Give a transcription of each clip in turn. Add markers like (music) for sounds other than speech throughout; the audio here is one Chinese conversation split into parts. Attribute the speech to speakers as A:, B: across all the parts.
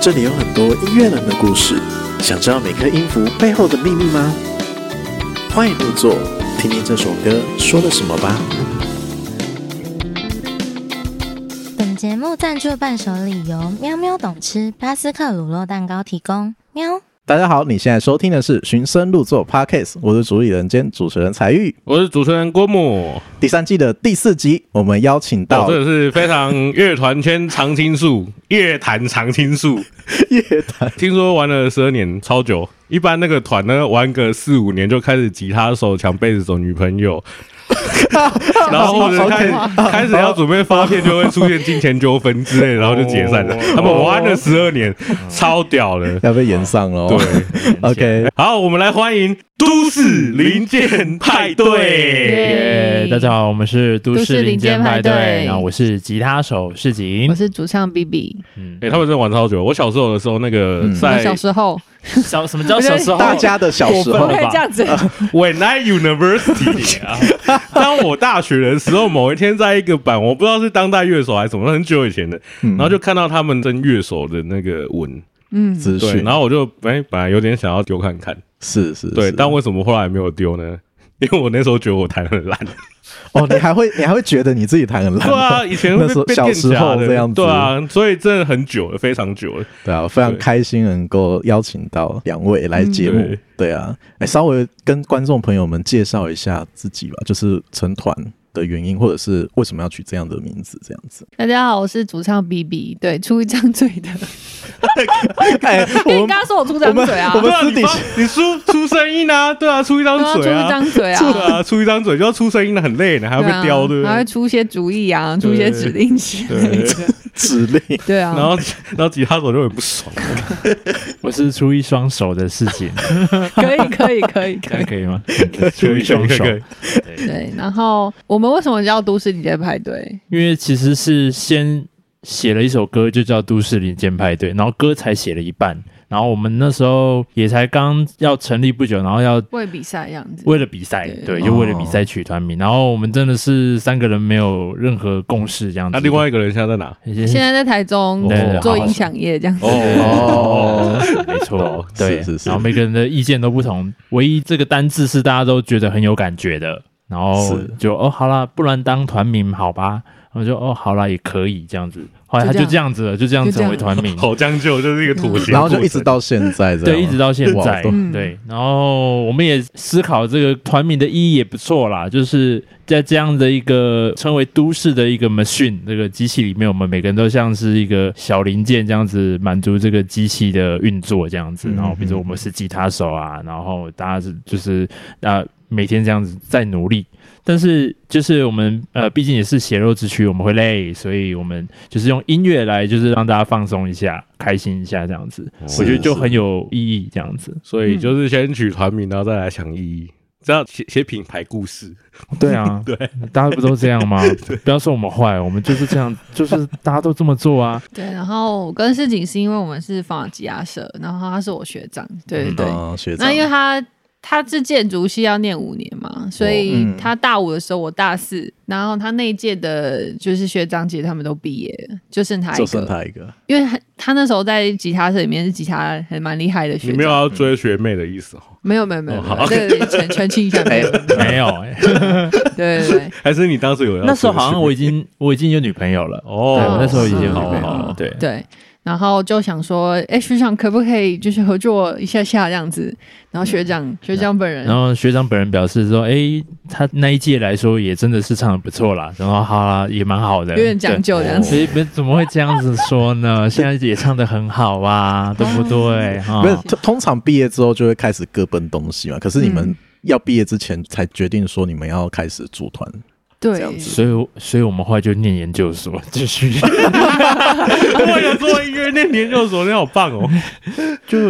A: 这里有很多音乐人的故事，想知道每颗音符背后的秘密吗？欢迎入座，听听这首歌说了什么吧。
B: 本节目赞助伴手礼由喵喵懂吃巴斯克乳酪蛋糕提供。喵，
A: 大家好，你现在收听的是《寻声入座》Podcast，我是主理人兼主持人才玉。
C: 我是主持人郭木，
A: 第三季的第四集，我们邀请
C: 我
A: 到
C: 这个是非常乐团圈常青树， (laughs) 乐坛常青树，
A: 乐坛
C: 听说玩了十二年，超久。一般那个团呢，玩个四五年就开始吉他手抢贝斯手女朋 (laughs) 友，然后或者开始开始要准备发片，就会出现金钱纠纷之类，然后就解散了。他们玩了十二年，超屌的。
A: 要被延上了、哦。
C: 对，
A: (laughs) ，OK，
C: 好，我们来欢迎都市零件派对。
D: 耶
E: 耶！大家好，我们是都
D: 都市
E: 市
D: 林
E: 林
D: 间
E: 间
D: 派
E: 派
D: 对
E: 对，然后我是吉他手世锦
D: 我，是主唱 B B。
E: 嗯，
C: 哎、他们真的玩超久。我小时候的时候，那个
A: 嗯
D: 我
C: 在、
D: 小时候
E: 小什么叫小时候？
A: (laughs) 大家的小时
D: 怎么
A: 候
D: 可以
E: 吧
D: 这样子？
C: When I
A: (laughs)
C: University 啊，当我大学的时候，某一天在一个版，我不知道是当代乐手还是什么，很久以前的，
A: 嗯
C: 然后就看到他们争乐手的那个文，
D: 嗯，
A: 资
C: 对，
A: 讯，
C: 然后我就哎、本来有点想要丢看看，
A: 是是
C: 对，
A: 是
C: 但为什么后来没有丢呢？ (laughs) 因为我那时候觉得我弹得很烂，
A: 哦，你还会你还会觉得你自己 (laughs) 弹很烂？
C: 对啊，以前
A: 那时候
C: 会被
A: 小
C: 电
A: 时
C: 夹
A: 候
C: 的，
A: 这样子
C: 对啊，所以真的很久了，非常久了。
A: 对啊，非常
C: 对
A: 开心能够邀请到两位来节目。
C: 嗯对
A: 对啊，哎，稍微跟观众朋友们介绍一下自己吧，就是成团的原因，或者是为什么要取这样的名字，这样子。
D: (laughs)
A: (laughs)
D: 大家好，我是主唱 B B。对，出一张嘴的，因为
A: 哎，我
D: 你
A: 们
D: 刚刚说我出一张嘴啊，
A: 我们
C: 对啊，
A: 私
C: 你
A: 底
C: 帮
A: 下
C: 你出出声音啊，对啊，出一张
D: 对啊
C: 嘴
D: 出一
C: 啊，
D: 张嘴啊，
C: 对啊，出一张嘴就要出声音了，很累呢，还要被
D: 对
C: 叼，
D: 啊
C: 对不
D: 还
C: 对
D: 会？出一些主意啊，出一些指令之
C: 啊
D: 类的。
A: 指令，
D: 对啊，
C: 然
D: (laughs)
C: 后然后吉他手就很不 (laughs) 爽，
E: 我是出一双手的世 (laughs) 锦，
D: 可以可以可以
E: 这
D: 可以。
E: 样可以吗？出一双手，
D: 对，然后我们为什么叫都市理解派对？
E: (laughs) 因为其实是先写了一首歌，就叫《都市林间派对》，然后歌才写了一半，然后我们那时候也才刚要成立不久，然后要
D: 为比赛的样子。
E: 为了比赛，
D: 对
E: 对，就为了
A: 哦
E: 比赛取团名，然后我们真的是三个人没有任何共识这样子。
C: 啊那另外一个人现在在哪？
E: 现
D: 现在在台中
E: 对对对
D: 做
E: 好好
D: 音响业这样子。
A: (laughs)
E: 哦，没错，对，
A: 是是是
E: 然后每个人的意见都不同，唯一这个单字是大家都觉得很有感觉的，然后
A: 是
E: 就哦，好啦，不然当团名好吧，然后就哦，好啦，也可以这样子，后来他
D: 就
E: 就
D: 这
E: 这
D: 样
E: 样子了，就这样
D: 就这
E: 成
D: 样
E: 为团名，
C: 好将就，就是一个妥协，
A: 然后就一直。到现在这样，
E: 对，一直到现在
A: 哇，
D: 嗯
E: 对，然后我们也思考这个团名的意义也不错啦，就是在这样的一个称为都市的一个 machine 这个机器里面，我们每个人都像是一个小零件这样子，满足这个机器的运作这样子。
A: 嗯
E: 然后，比如说我们是吉他手啊，然后大家是就是啊、每天这样子在努力。但是，就是我们呃，毕竟也是血肉之躯，我们会累，所以我们就是用音乐来，就是让大家放松一下、开心一下这样子。
A: 是
E: 我觉得就嗯很有意义，这样子。
C: 哦所以就是先取团名，然后再来想意义，这样写写品牌故事。
D: 嗯
E: (laughs) 对啊，
C: 对，
E: 大家不都这样 (laughs) 吗？不要说我们坏，我们就是这样， (laughs) 就是大家都这么做啊。
D: 对，然后我跟世锦是因为我们是法吉亚社，然后他是我学长，对对对。
A: 哦学长
D: 那因为他他是建筑系要念五年嘛，所以
A: 嗯
D: 他大五的时候我大四，然后他那一届的就是学长姐他们都毕业了，就剩他一
A: 就剩
D: 个，
A: 他一个，
D: 因为他他那时候在吉他社里面是吉他还蛮厉害的
C: 你
D: 学
C: 没有
D: 长，
C: 要追学妹的意思哦，
D: 没有没有没有
C: 哦
D: 没有，
C: 好
D: 这个澄澄清一下，没有，
E: (laughs) 没有、哎
D: 对对对
C: 还是你当时有要追学妹？
E: (laughs) 那时候好像我已经我已经有女朋友了。对，
C: 哦
E: 我，那时候已经有女朋
C: 好
E: 友
C: 好好
E: 了。对，
D: 对。然后就想说，哎，学长可不可以就是合作一下下这样子？然后学长学长本人
E: 然后学长本人表示说：“哎、他那一届来说也真的是唱的不错啦，然后好啦，也蛮好的，
D: 有点讲究这样
E: 对。哦
D: 子。
E: 所以不怎么会这样子说 (laughs) 呢？现在也唱的很好啊，对不对？
C: 啊
D: 哦
E: 哈、
A: 不是通通常毕业之后就会开始各奔东西嘛，可是你们
D: 嗯
A: 要毕业之前才决定说你们要开始组团，
D: 对
A: 这，样子
E: 所以我所以我们后来就念研究所，继续。
C: 为了哎做音乐，那研究所，那好棒哦。
E: 就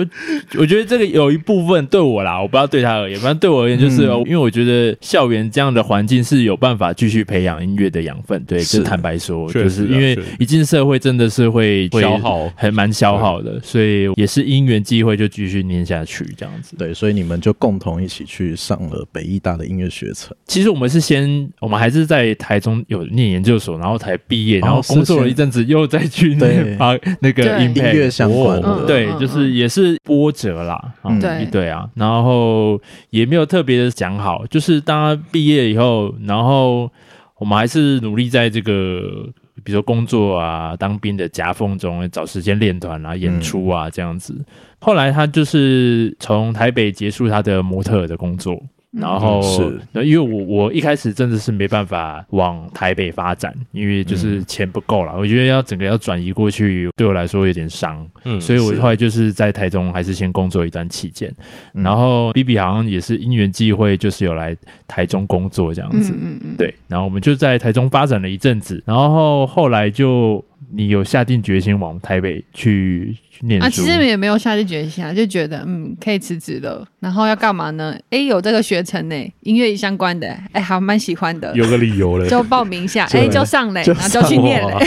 E: 我觉得这个有一部分对我啦，我不知道对他而言，反正对我而言就是，
A: 嗯
E: 因为我觉得校园这样的环境是有办法继续培养音乐的养分。对，
A: 是
E: 这坦白说，
C: 确实啊
E: 就是因为
C: 确实
E: 一进社会真的是会
C: 消耗
E: 很蛮消耗的，所以也是因缘际会就继续念下去这样子。
A: 对，所以你们就共同一起去上了北艺大的音乐学程。
E: 其实我们是先，我们还是是在台中有念研究所，然后才毕业，然后
A: 哦
E: 工作了
A: 是
E: 一阵子，又再去
A: 对
E: 那啊那个
D: 对
E: 音
A: 音乐相关
D: 哦
A: 的，
E: 对
D: 嗯，嗯
E: 就是也是波折啦，
A: 嗯
E: 嗯，
D: 对
E: 对啊，然后也没有特别的讲好，就是大家毕业以后，然后我们还是努力在这个。比如说工作啊、当兵的夹缝中找时间练团啊、演出啊这样子。后来他就是从台北结束他的模特儿的工作，然后、
A: 嗯
E: 因为我我一开始真的是没办法往台北发展，因为就是钱不够了，我觉得要整个要转移过去，对我来说有点伤，
C: 嗯
E: 所以我
A: 是
E: 后来就是在台中还是先工作一段期间，
A: 嗯
E: 然后 B B 好像也是因缘际会，就是有来台中工作这样
D: 嗯
E: 子，
D: 嗯嗯，
E: 对，然后我们就在台中发展了一阵子，然后后来就你有下定决心往台北去去念书，
D: 啊，其实也没有下定决心啊，就觉得嗯可以辞职了，然后要干嘛呢？哎，有这个学程呢，音乐相关的，哎，还蛮喜欢的，
C: 有个理由了，，
D: 就报名一下，
A: 就
D: 哎，就上嘞，
A: 就
D: 然后就去念嘞，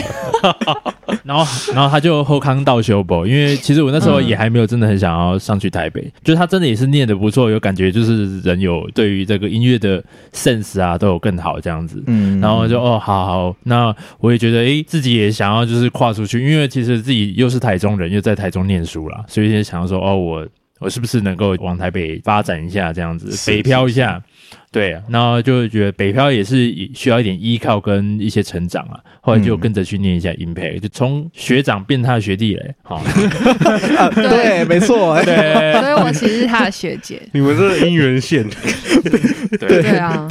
E: (laughs) 然后，然后他就后康到修博，因为其实我那时候也还没有真的很想要上去台北，就是他真的也是念的不错，有感觉就是人有对于这个音乐的 sense 啊都有更好这样子。
A: 嗯
E: 然后就哦，好好，那我也觉得，诶，自己也想要就是跨出去，因为其实自己又是台中人，又在台中念书啦，所以也想要说，哦，我我是不是能够往台北发展一下，这样子
A: 是
E: 北漂一下？对，啊然后就觉得北漂也是需要一点依靠跟一些成长啊，后来就
A: 嗯
E: 跟着去念一下 impact，、就从学长变他的学弟嘞，
A: (laughs)
E: 好、
A: 啊对，没错，哎
E: 对
D: 所以我其实是他的学姐
C: 你们这个姻缘线，
D: (laughs) 对啊，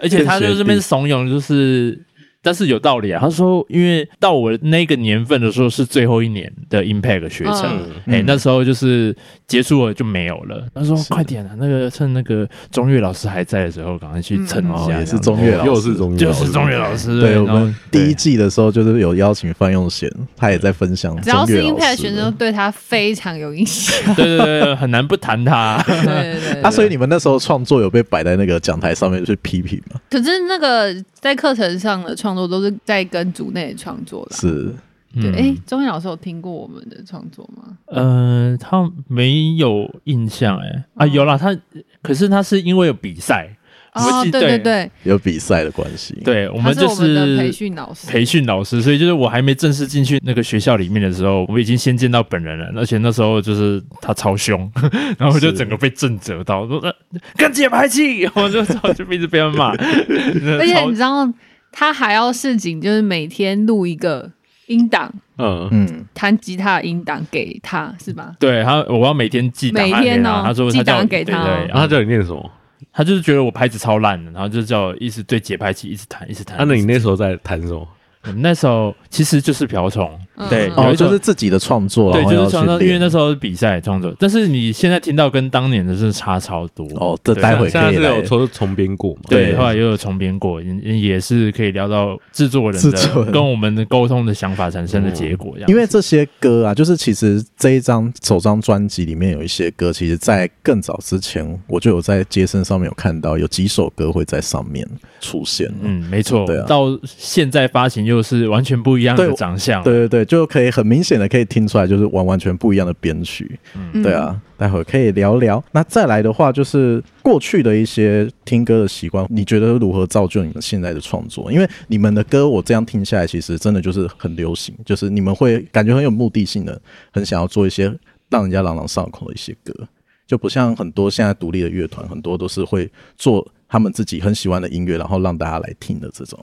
E: 而且他就这边怂恿，就是但是有道理啊。他说，因为到我那个年份的时候是最后一年的 Impact 学程，哎、
D: 嗯
A: 嗯
E: 那时候就是结束了就没有了。他说
A: 是
E: 快点啊，那个趁那个中岳老师还在的时候，赶快去蹭一
A: 哦，
E: 下。
A: 也是中岳老师，
C: 又是中岳，
E: 就是中岳老师，
A: 对，我
E: 然后
A: 们第
E: (laughs)
A: 一季的时候就是有邀请范用贤，他也在分享
D: 只要
A: 中
D: 是
A: 岳
D: i m
A: 老
D: p
A: 师
D: a 学生都
A: 的。
D: 对他非常有印
E: (laughs)
D: 象，
E: 对对对对，很难不谈他。
D: 对对对对
A: 啊，所以你们那时候创作有被摆在那个讲台上面去批评吗？
D: 可是那个在课程上的创作都是在跟组内创作啦。
A: 是，
D: (laughs) 对，
E: 嗯
D: 哎、钟毅老师有听过我们的创作吗？
E: 呃，他没有印象哎、啊，有啦，他可是他是因为有比赛，我
D: 哦，
E: 记
D: 对
E: 得
D: 对对，
A: 有比赛的关系。，
E: 对我
D: 他
E: 们
D: 是
E: 就
D: 我们的培训老师，
E: 培训老师，所以就是我还没正式进去那个学校里面的时候，我已经先见到本人了，而且那时候就是他超凶， (laughs) 然后我就是整个被震折到，我说呃跟姐拍戏，我就我就一直被他骂，
D: 而
E: 而
D: 且你知道他还要市井，就是每天录一个音档，
C: 嗯，
A: 嗯，
D: 弹吉他的音档给他，是吧？
E: 对他，我要每天寄档案
D: 每天
E: 给他
D: 哦
E: 他说他
D: 寄档
E: 叫
D: 案给他
E: 对对
D: 哦
C: 然
E: 然
C: 后
E: 后
C: 啊他
E: 就
C: 叫你念什么？
E: 他就是觉得我拍子超烂的，然后就叫我一直对节拍器一直弹一直弹。
C: 啊，那
E: 一
C: 你
E: 直
C: 那时候在谈什么？
E: 我们那时候其实就是瓢虫，
D: 嗯嗯
E: 对，有
A: 哦，
E: 一种
A: 就是自己的创作，
E: 对，
A: 然后
E: 就是
A: 要
E: 创
A: 去
E: 作，因为
A: 练
E: 那时候是比赛创作，但是你现在听到跟当年的是差超多。
A: 哦，这
E: 对
A: 待会
C: 现在
A: 可以
C: 是
A: 来
C: 有重重编过嘛？
E: 对，
A: 对
E: 后来又有重编过，也也是可以聊到制作人
A: 制
E: 的
A: 作人嗯
E: 跟我们的沟通的想法产生的结果，这样。
A: 因为这些歌啊，就是其实这一张首张专辑里面有一些歌，其实，在更早之前，我就有在街声上面有看到有几首歌会在上面出现。嗯，
E: 嗯，没错
A: 对啊，
E: 到现在发行又是完全不一样的
A: 对
E: 长相，
A: 对对对，就可以很明显的可以听出来，就是完完全不一样的编曲。
D: 嗯
A: 对，啊，待会儿可以聊聊。那再来的话，就是过去的一些听歌的习惯，你觉得如何造就你们现在的创作？因为你们的歌，我这样听下来，其实真的就是很流行，就是你们会感觉很有目的性的，很想要做一些让人家朗朗上口的一些歌，就不像很多现在独立的乐团，很多都是会做他们自己很喜欢的音乐，然后让大家来听的这种。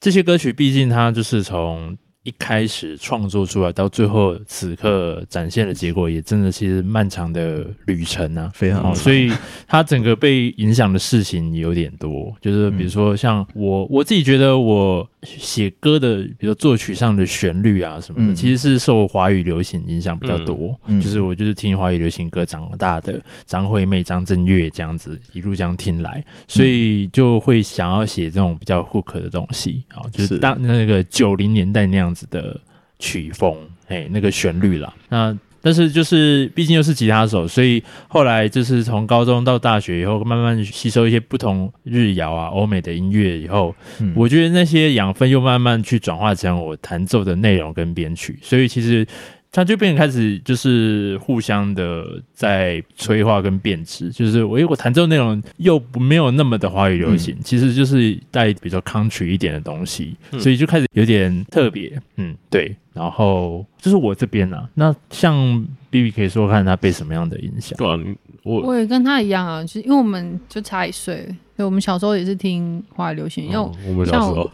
E: 这些歌曲毕竟它就是从一开始创作出来到最后此刻展现的结果，也真的是漫长的旅程啊，
A: 非常
E: 哦，所以它整个被影响的事情有点多，就是比如说像我我自己觉得我写歌的，比如说作曲上的旋律啊什么的，
A: 嗯
E: 其实是受华语流行影响比较多，
A: 嗯嗯
E: 就是我就是听华语流行歌长大的，张惠妹、张震岳这样子一路这样听来，所以就会想要写这种比较 hook 的东西啊、哦就是
A: 是
E: 当那个九零年代那样子的曲风，哎，那个旋律啦，那。但是就是，毕竟又是吉他手，所以后来就是从高中到大学以后，慢慢吸收一些不同日谣啊、欧美的音乐以后，
A: 嗯
E: 我觉得那些养分又慢慢去转化成我弹奏的内容跟编曲，所以其实它就变成开始就是互相的在催化跟变质，就是我因为我弹奏内容又不没有那么的华语流行，其实就是带比较 country 一点的东西，所以就开始有点特别，嗯，对。然后就是我这边啊，那像 B B 可以说看他被什么样的影响？
C: 对啊，你我
D: 我也跟他一样啊，就是因为我们就差一岁，所以我们小时候也是听华语流行，因为我
C: 哦我们小时候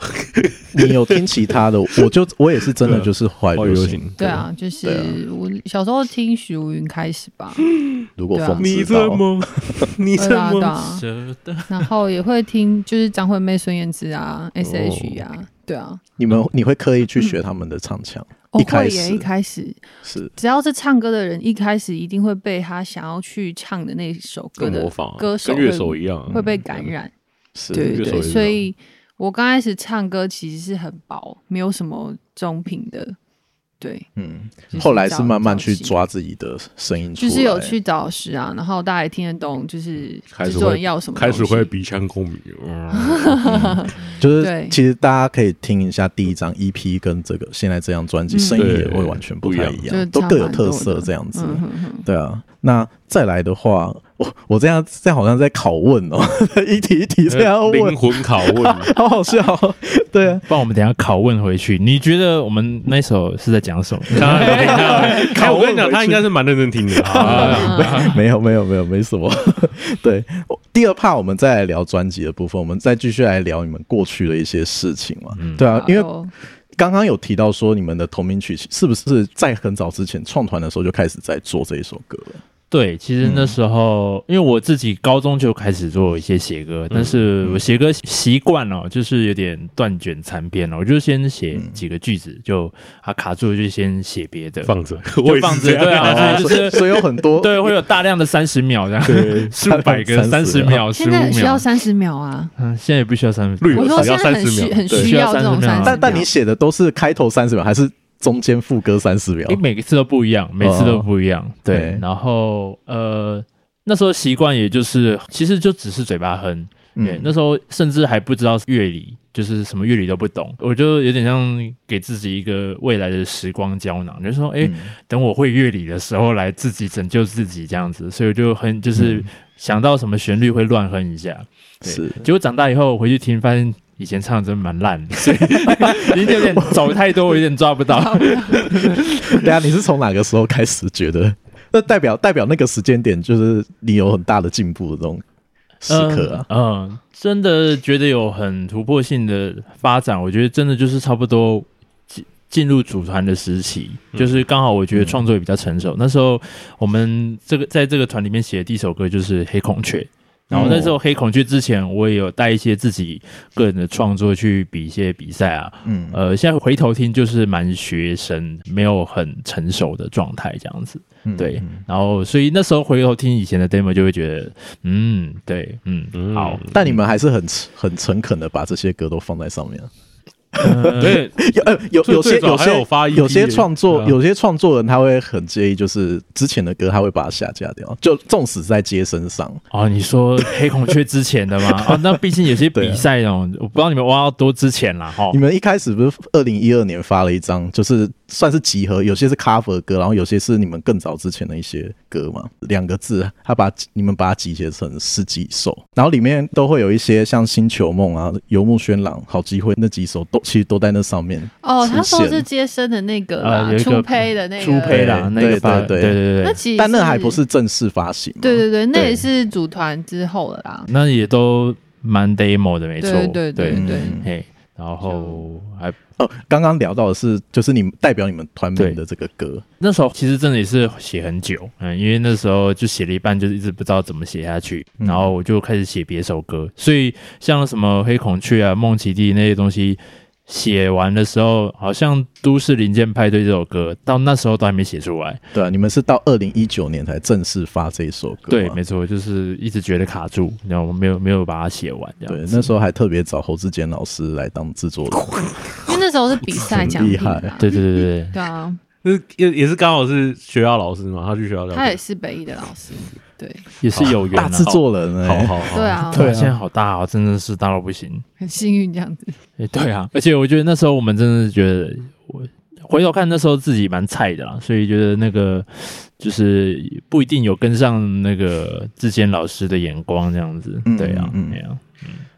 A: 你有听其他的，我就我也是真的就是怀
C: 好
A: 流
C: 流
A: 行。
C: 行，
D: 对啊，就是我小时候听许茹芸开始吧，
A: 如果
D: 对啊
A: 风
C: 你
A: 知
C: 这
A: 道，
D: (laughs)
C: 么你这
D: 对啊对
C: 么
D: 啊，
E: 舍得
D: 然后也会听就是张惠妹、孙燕姿啊、S.H.E 啊，对啊，
A: 你们你会刻意去学他们的唱腔，
D: 哦
A: 一开
D: 会
A: 始
D: 耶，一开始
A: 是
D: 只要是唱歌的人，一开始一定会被他想要去唱的那首歌
C: 跟模
D: 的
C: 仿啊
D: 歌手
C: 跟乐手一样啊，
D: 会被感染，
A: 是，
D: 对
C: 乐
D: 对
C: 手也
D: 对，
C: 是
D: 所
C: 这样
D: 以我刚开始唱歌其实是很薄，没有什么中频的，对。
A: 嗯，
D: 就是
A: 后来是
D: 找
A: 慢慢去
D: 找
A: 抓自己的声音出
D: 就
A: 来，
D: 是有去找老师啊，然后大家也听得懂，就是
C: 开始
D: 制作人
C: 会
D: 要什么
C: 开
D: 东西，
C: 始会鼻腔共鸣，嗯
A: 就是
D: 对
A: 其实大家可以听一下第一张 EP 跟这个现在这张专辑，
D: 嗯
A: 声音
C: 对
A: 也会完全不太一
D: 就是
A: 样，都各有
D: 差蛮多
A: 特
D: 的
A: 色这样子。
D: 嗯哼哼，
A: 对啊，那再来的话，我我这样这样好像在拷问哦， (laughs) 一题一题这样
C: 灵
A: 问，
C: 魂拷问，啊
A: 好好笑 (laughs) 哦。对啊，
E: 不然我们等一下拷问回去，你觉得我们那首是在讲什 (laughs) 么？
C: 刚刚有听到哎
A: 拷
C: 我跟你
A: 问
C: 讲，
A: 回
C: 他
A: 去
C: 应该是蛮认真听的
D: 嗯
C: 啊。
E: (laughs)
A: 没有没有没有没什么。 (laughs) 对，我第二 part 我们再来聊专辑的部分，我们再继续来聊你们过去的一些事情嘛。
E: 嗯
A: 对啊，因为
D: 好哦
A: 刚刚有提到说你们的同名曲是不是在很早之前创团的时候就开始在做这一首歌了？
E: 对，其实那时候、因为我自己高中就开始做一些写歌，但是我写歌习惯了，就是有点断卷残篇了。哦我就先写几个句子，就啊卡住了就先写别的，
C: 放着，我
E: 就
C: 也
E: 放
C: 是这
E: 着，对
C: 样。
E: 啊，所以就是
A: 所以有很多
E: 对，会有大量的三十秒这样， (laughs) 数百个三
A: 30
E: 十
A: 秒
E: 秒、十
D: 现
E: 五
D: 在需要
E: 秒，
D: 三十秒啊，
E: 嗯，现在也不需要三
C: 绿
E: 分
C: 有
D: 我
E: 钟。
D: 说
C: 想要
D: 现在很
C: 30
D: 需
C: 秒
D: 很
E: 对
D: 需要这种
E: 需要30秒
D: 三十，
A: 但但你写的都是开头三十秒，还是中间副歌三十秒
E: 诶？每次都不一样，每次都不一样。对
A: 对，
E: 然后呃，那时候习惯也就是，其实就只是嘴巴哼。对，那时候甚至还不知道乐理，就是什么乐理都不懂，我就有点像给自己一个未来的时光胶囊，就是说，哎、等我会乐理的时候来自己拯救自己这样子，所以我就很就是想到什么旋律会乱哼一下，对
A: 是
E: 结果长大以后回去听，发现以前唱的真的蛮烂的，所以已经有点走太多，我有点抓不到。 (laughs)
A: (laughs) 对啊，你是从哪个时候开始觉得？那代表代表那个时间点，就是你有很大的进步的这种时刻啊。
E: 嗯。嗯，真的觉得有很突破性的发展，我觉得真的就是差不多进进入组团的时期，就是刚好我觉得创作也比较成熟。那时候我们这个在这个团里面写的第一首歌就是《黑孔雀》。然后那时候黑孔雀之前，我也有带一些自己个人的创作去比一些比赛啊，
A: 嗯，
E: 呃，现在回头听就是蛮学生，没有很成熟的状态这样子，
A: 嗯
E: 对。然后，所以那时候回头听以前的 demo，就会觉得，嗯，对，嗯，
C: 嗯
E: 好。
A: 但你们还是很很诚恳的把这些歌都放在上面。
E: (laughs) 呃
C: 对，
A: (laughs) 有呃有
C: 最
A: 有些
C: 最早
A: 有
C: 还
A: 些
C: 有发 EP
A: 有些创作
C: 耶对啊
A: 有些创作人他会很介意，就是之前的歌他会把它下架掉，就纵使在街身上，
E: 哦，你说黑孔雀之前的吗？
A: (laughs)
E: 啊，那毕竟有些
A: 对啊
E: 比赛哦，我不知道你们挖到多之前啦，哈
A: 你。们一开始不是二零一二年发了一张，就是算是集合，有些是 cover 歌，然后有些是你们更早之前的一些歌嘛。两个字，他把你们把它集结成十几首，然后里面都会有一些像《星球梦》啊、《游牧轩朗》、《好机会》那几首都其实都在那上面。
D: 哦，他
A: 出
D: 说
A: 现
D: 是接生的那个
E: 呃，
D: 啦
E: 有一
D: 初
E: 个
D: 胚的那个，
E: 初胚啦，那个
A: 啊对
E: 吧，对
A: 对
E: 对
A: 对
E: 对
D: 那
E: 对，
D: 其实
A: 但那还不，是正式发行嘛。
D: 对对对，那
A: 对
D: 也是组团之后了啦，
E: 那也都蛮 demo 的，没错，
D: 对对对
E: 对，
D: 对，
A: 嗯
E: 嘿，然后还
A: 哦，刚刚聊到的是，就是你们代表你们团名
E: 对
A: 的这个歌，
E: 那时候其实真的也是写很久，嗯，因为那时候就写了一半，就是一直不知道怎么写下去，
A: 嗯
E: 然后我就开始写别首歌，所以像什么黑孔雀啊、梦奇地那些东西，写完的时候，好像《都市零件派对》这首歌到那时候都还没写出来，
A: 对啊，你们是到二零一九年才正式发这一首歌，
E: 对，没。错，就是一直觉得卡住，然后我没有没有把它写完，这
A: 对
E: 样，
A: 那
E: 子。
A: 时候还特别找侯志坚老师来当制作人，
D: 因为那时候是比赛
A: 很
D: 奖
A: 厉
D: 品
A: 害
D: 啦，
E: 对对对对对，
D: 对啊，
C: 那也也是刚好是学校老师嘛，他去学校教，
D: 他也是北艺的老师，对
E: 也是有缘、
A: 大
E: 啊，
A: 制作人哎、
C: 好好好，
D: 对，啊，
E: 哦对、现在好大哦，真的是大到不行。 (laughs)
D: 很幸运这样子，
E: 诶对啊，而且我觉得那时候我们真的是觉得我。回头看那时候自己蛮菜的啦，所以觉得那个就是不一定有跟上那个志坚老师的眼光这样子。
A: 嗯
E: 对啊，
A: 嗯嗯
E: 对啊，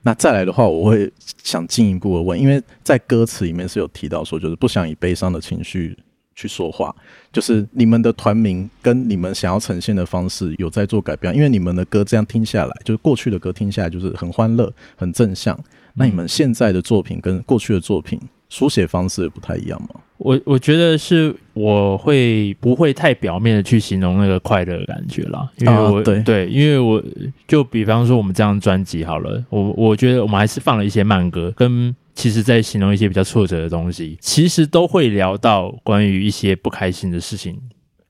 A: 那再来的话，我会想进一步的问，因为在歌词里面是有提到说，就是不想以悲伤的情绪去说话，就是你们的团名跟你们想要呈现的方式有在做改变，因为你们的歌这样听下来，就是过去的歌听下来就是很欢乐、很正向，那你们现在的作品跟过去的作品书写方式不太一样吗？
E: 我我觉得是我会不会太表面的去形容那个快乐的感觉啦，因为
A: 啊
E: 我、
A: 对
E: 因为我就比方说我们这张专辑好了，我我觉得我们还是放了一些慢歌，跟其实在形容一些比较挫折的东西，其实都会聊到关于一些不开心的事情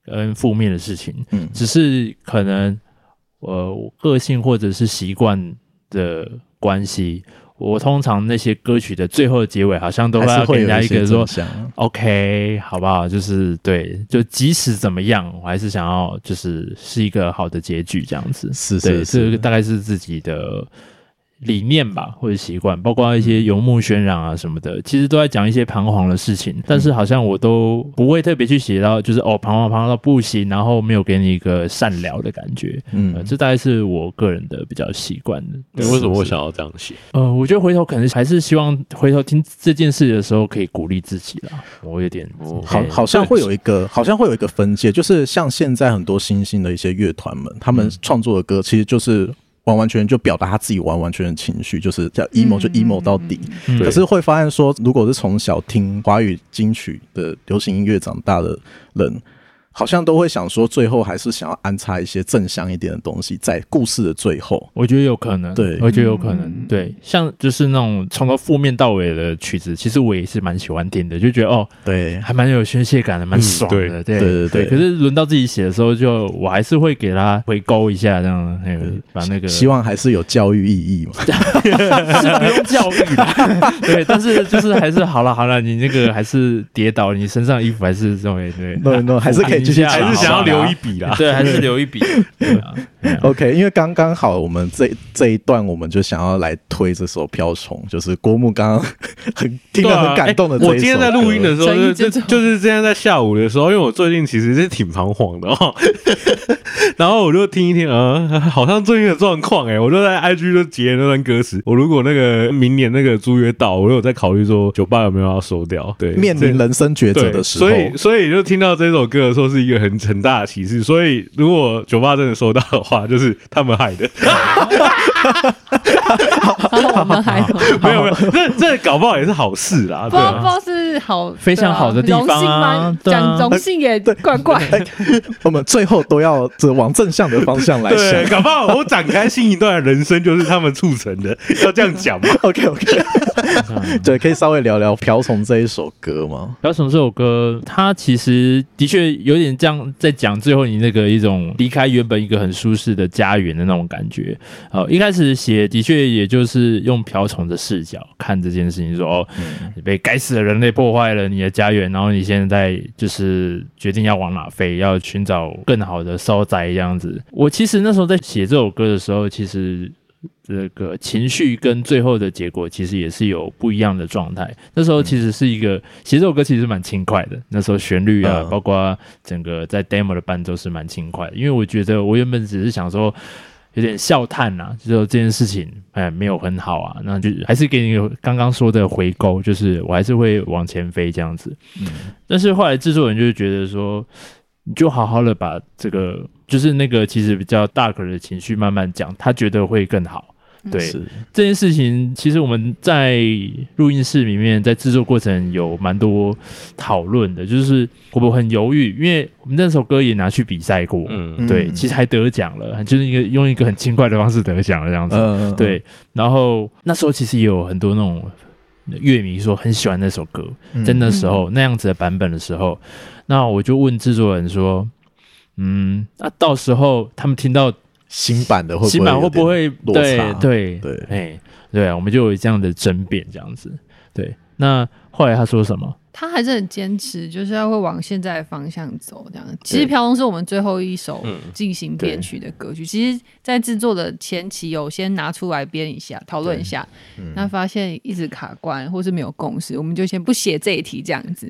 E: 跟负面的事情，
A: 嗯
E: 只是可能呃我个性或者是习惯的关系。我通常那些歌曲的最后结尾，好像都
A: 还是
E: 要给
A: 会
E: 人
A: 有
E: 家一
A: 些
E: 个说
A: 正，向啊
E: OK，好不好？就是对，就即使怎么样，我还是想要就是是一个好的结局这样子。
A: 是
E: 对，
A: 是是
E: 这个大概是自己的理念吧，或者习惯，包括一
A: 嗯
E: 些游牧渲染啊什么的，其实都在讲一些彷徨的事情。但
A: 嗯
E: 是好像我都不会特别去写到，就是哦彷徨彷徨到不行，然后没有给你一个善聊的感觉。呃
A: 嗯，
E: 这大概是我个人的比较习惯的。
C: 对，为什么会想要这样写？
E: 呃，我觉得回头可能还是希望回头听这件事的时候可以鼓励自己啦。我有点
C: 哦
A: 好，好像会有一个，好像会有一个分界，就是像现在很多新兴的一些乐团们，他们创作的歌其实就是完完全全就表达他自己完完全全的情绪，就是叫 emo 就 emo 到底。
E: 嗯
A: 可是会发现说，如果是从小听华语金曲的流行音乐长大的人，好像都会想说，最后还是想要安插一些正向一点的东西在故事的最后。
E: 我觉得有可能，
A: 对
E: 我觉得有可能，
D: 嗯
E: 对，像就是那种从头负面到尾的曲子，其实我也是蛮喜欢听的，就觉得哦，
A: 对，
E: 还蛮有宣泄感的，蛮爽的，
C: 嗯
E: 对
A: 对对对
E: 可是轮到自己写的时候就，我还是会给他回勾一下，这样，哎把那个 (laughs)
A: 希望还是有教育意义嘛。
E: 是不用教育啦， (laughs) 对，但是就是还是好了好了，你那个还是跌倒，你身上衣服还是这种，对
A: No No，还 (laughs) 是可以继续啊
E: 还
C: 还
E: 是
C: 是
E: 想
C: 想
E: 要
C: 要
E: 留
C: 留
E: 一
C: 一笔啦？
E: 对，还是留一笔，啊 (laughs) 对啊，对啊
A: OK，因为刚刚好，我们这这一段我们就想要来推这首《瓢虫》，就是郭牧刚刚很
C: 对
A: 听了
C: 啊
A: 很感动的
C: 哎
A: 这一首歌、
C: 我今天在录音的时候，
D: 这一
C: 就
D: 首
C: 就就是今天在下午的时候，因为我最近其实是挺彷徨的哦。 (laughs) 然后我就听一听，呃， (laughs) 好像最近的状况哎，我就在 IG 就截那段歌词。我如果那个明年那个租约到，我有在考虑说酒吧有没有要收掉。对，
A: 面
C: 这
A: 临人生抉择
C: 对，
A: 的时候，
C: 所以所以就听到这首歌的时候是一个很很大的启示。所以如果酒吧真的收到的话，就是他们害的。
D: 然后我们还
C: 没有没有，这这搞不好也是好事啦。
D: 不
C: 对
D: 知道不
C: 啊
D: 知道是好
E: 非常好的地方啊
D: 荣幸吗
E: 对啊
D: 讲荣幸也怪怪，
A: 我们最后都要这往正向的方向来 (laughs)
C: 对，
A: 想。
C: 搞不好我展开新一段人生就是他们促成的， (laughs) 要这样讲吗？(laughs)
A: OK OK，对，可以稍微聊聊《瓢虫》这一首歌吗？
E: 《瓢虫》这首歌，它其实的确有点这样在讲最后你那个一种离开原本一个很舒适的家园的那种感觉。呃，一开始写的确也就是用瓢虫的视角看这件事情，说哦，你被该死的人类破坏了你的家园，然后你现在就是决定要往哪飞，要寻找更好的烧宅这样子。我其实那时候在写这首歌的时候，其实这个情绪跟最后的结果其实也是有不一样的状态。那时候其实是一个，其实这首歌其实蛮轻快的，那时候旋律啊，
A: 嗯
E: 包括整个在 demo 的伴奏是蛮轻快的，因为我觉得我原本只是想说。有点笑叹呐、啊，就说这件事情，哎，没有很好啊，那就还是给你有刚刚说的回勾，就是我还是会往前飞这样子。但是后来制作人就觉得说，你就好好的把这个，就是那个其实比较大个的情绪慢慢讲，他觉得会更好。对
A: 是
E: 这件事情，其实我们在录音室里面，在制作过程有蛮多讨论的，就是我们很犹豫，因为我们那首歌也拿去比赛过，
C: 嗯
E: 对，
A: 嗯
E: 其实还得奖了，就是一个用一个很轻快的方式得奖了这样子。
A: 嗯，
E: 对，然后那时候其实也有很多那种乐迷说很喜欢那首歌，
A: 嗯
E: 在那时候那样子的版本的时候，那我就问制作人说，嗯，那、到时候他们听到
A: 新版的会不会
E: 新版会不会
A: 有点落
E: 对
A: 差？
E: 对
A: 对
E: 哎对啊，我们就有这样的争辩这样子。对，那后来他说什么？
D: 他还是很坚持，就是要会往现在的方向走这样。其实《飘红》是我们最后一首进行编曲的歌曲，其实，在制作的前期有先拿出来编一下，讨论一下，那发现一直卡关或是没有共识，我们就先不写这一题这样子。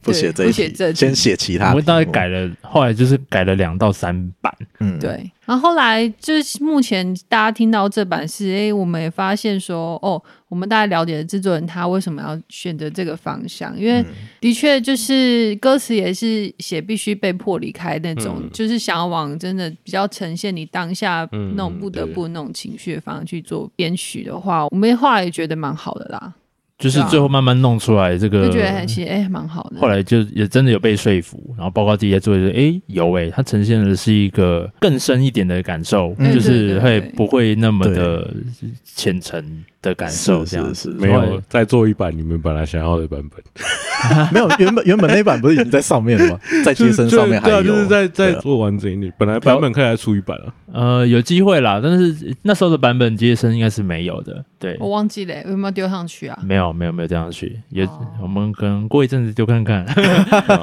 A: 不写这一
D: 不写
A: 题
D: 这，题
A: 先写其他
E: 我
A: 题目。
E: 们大概改了，后来就是改了两到三版，
A: 嗯，
D: 对，然后后来就是目前大家听到这版是，哎，我们也发现说，哦，我们大概了解制作人他为什么要选择这个方向，因为的确就是歌词也是写必须被迫离开那种，
C: 嗯
D: 就是想要往真的比较呈现你当下
C: 嗯
D: 那种不得
C: 对
D: 不那种情绪的方向去做编曲的话，我们后来也觉得蛮好的啦，
E: 就是
A: 啊
E: 最后慢慢弄出来这个
D: 就觉得其实哎蛮好的。
E: 后来就也真的有被说服，然后包括自己在做，就是诶有诶、它呈现的是一个更深一点的感受，
A: 嗯
E: 就是
D: 对对
E: 会
D: 对
E: 不会那么的浅层的感受
A: 是
E: 这样
A: 是
E: 子
A: 是，
C: 没
E: 后
C: 有
E: 来
C: 再做一版你们本来想要的版本，
A: 没有原本原本那一版不是已经在上面了吗？在街声上面还
C: 对啊，
A: 有，
C: 就是再再
A: 对啊
C: 做完整一点，本来版本可以来出一
A: (laughs)
C: 版啊。
E: 呃有机会啦，但是那时候的版本接生应该是没有的，对，
D: 我忘记了，有没有丢上去啊？
E: 没有没有没有这样去，也、
D: 哦
E: 我们可能过一阵子丢看
A: (laughs)
E: 看，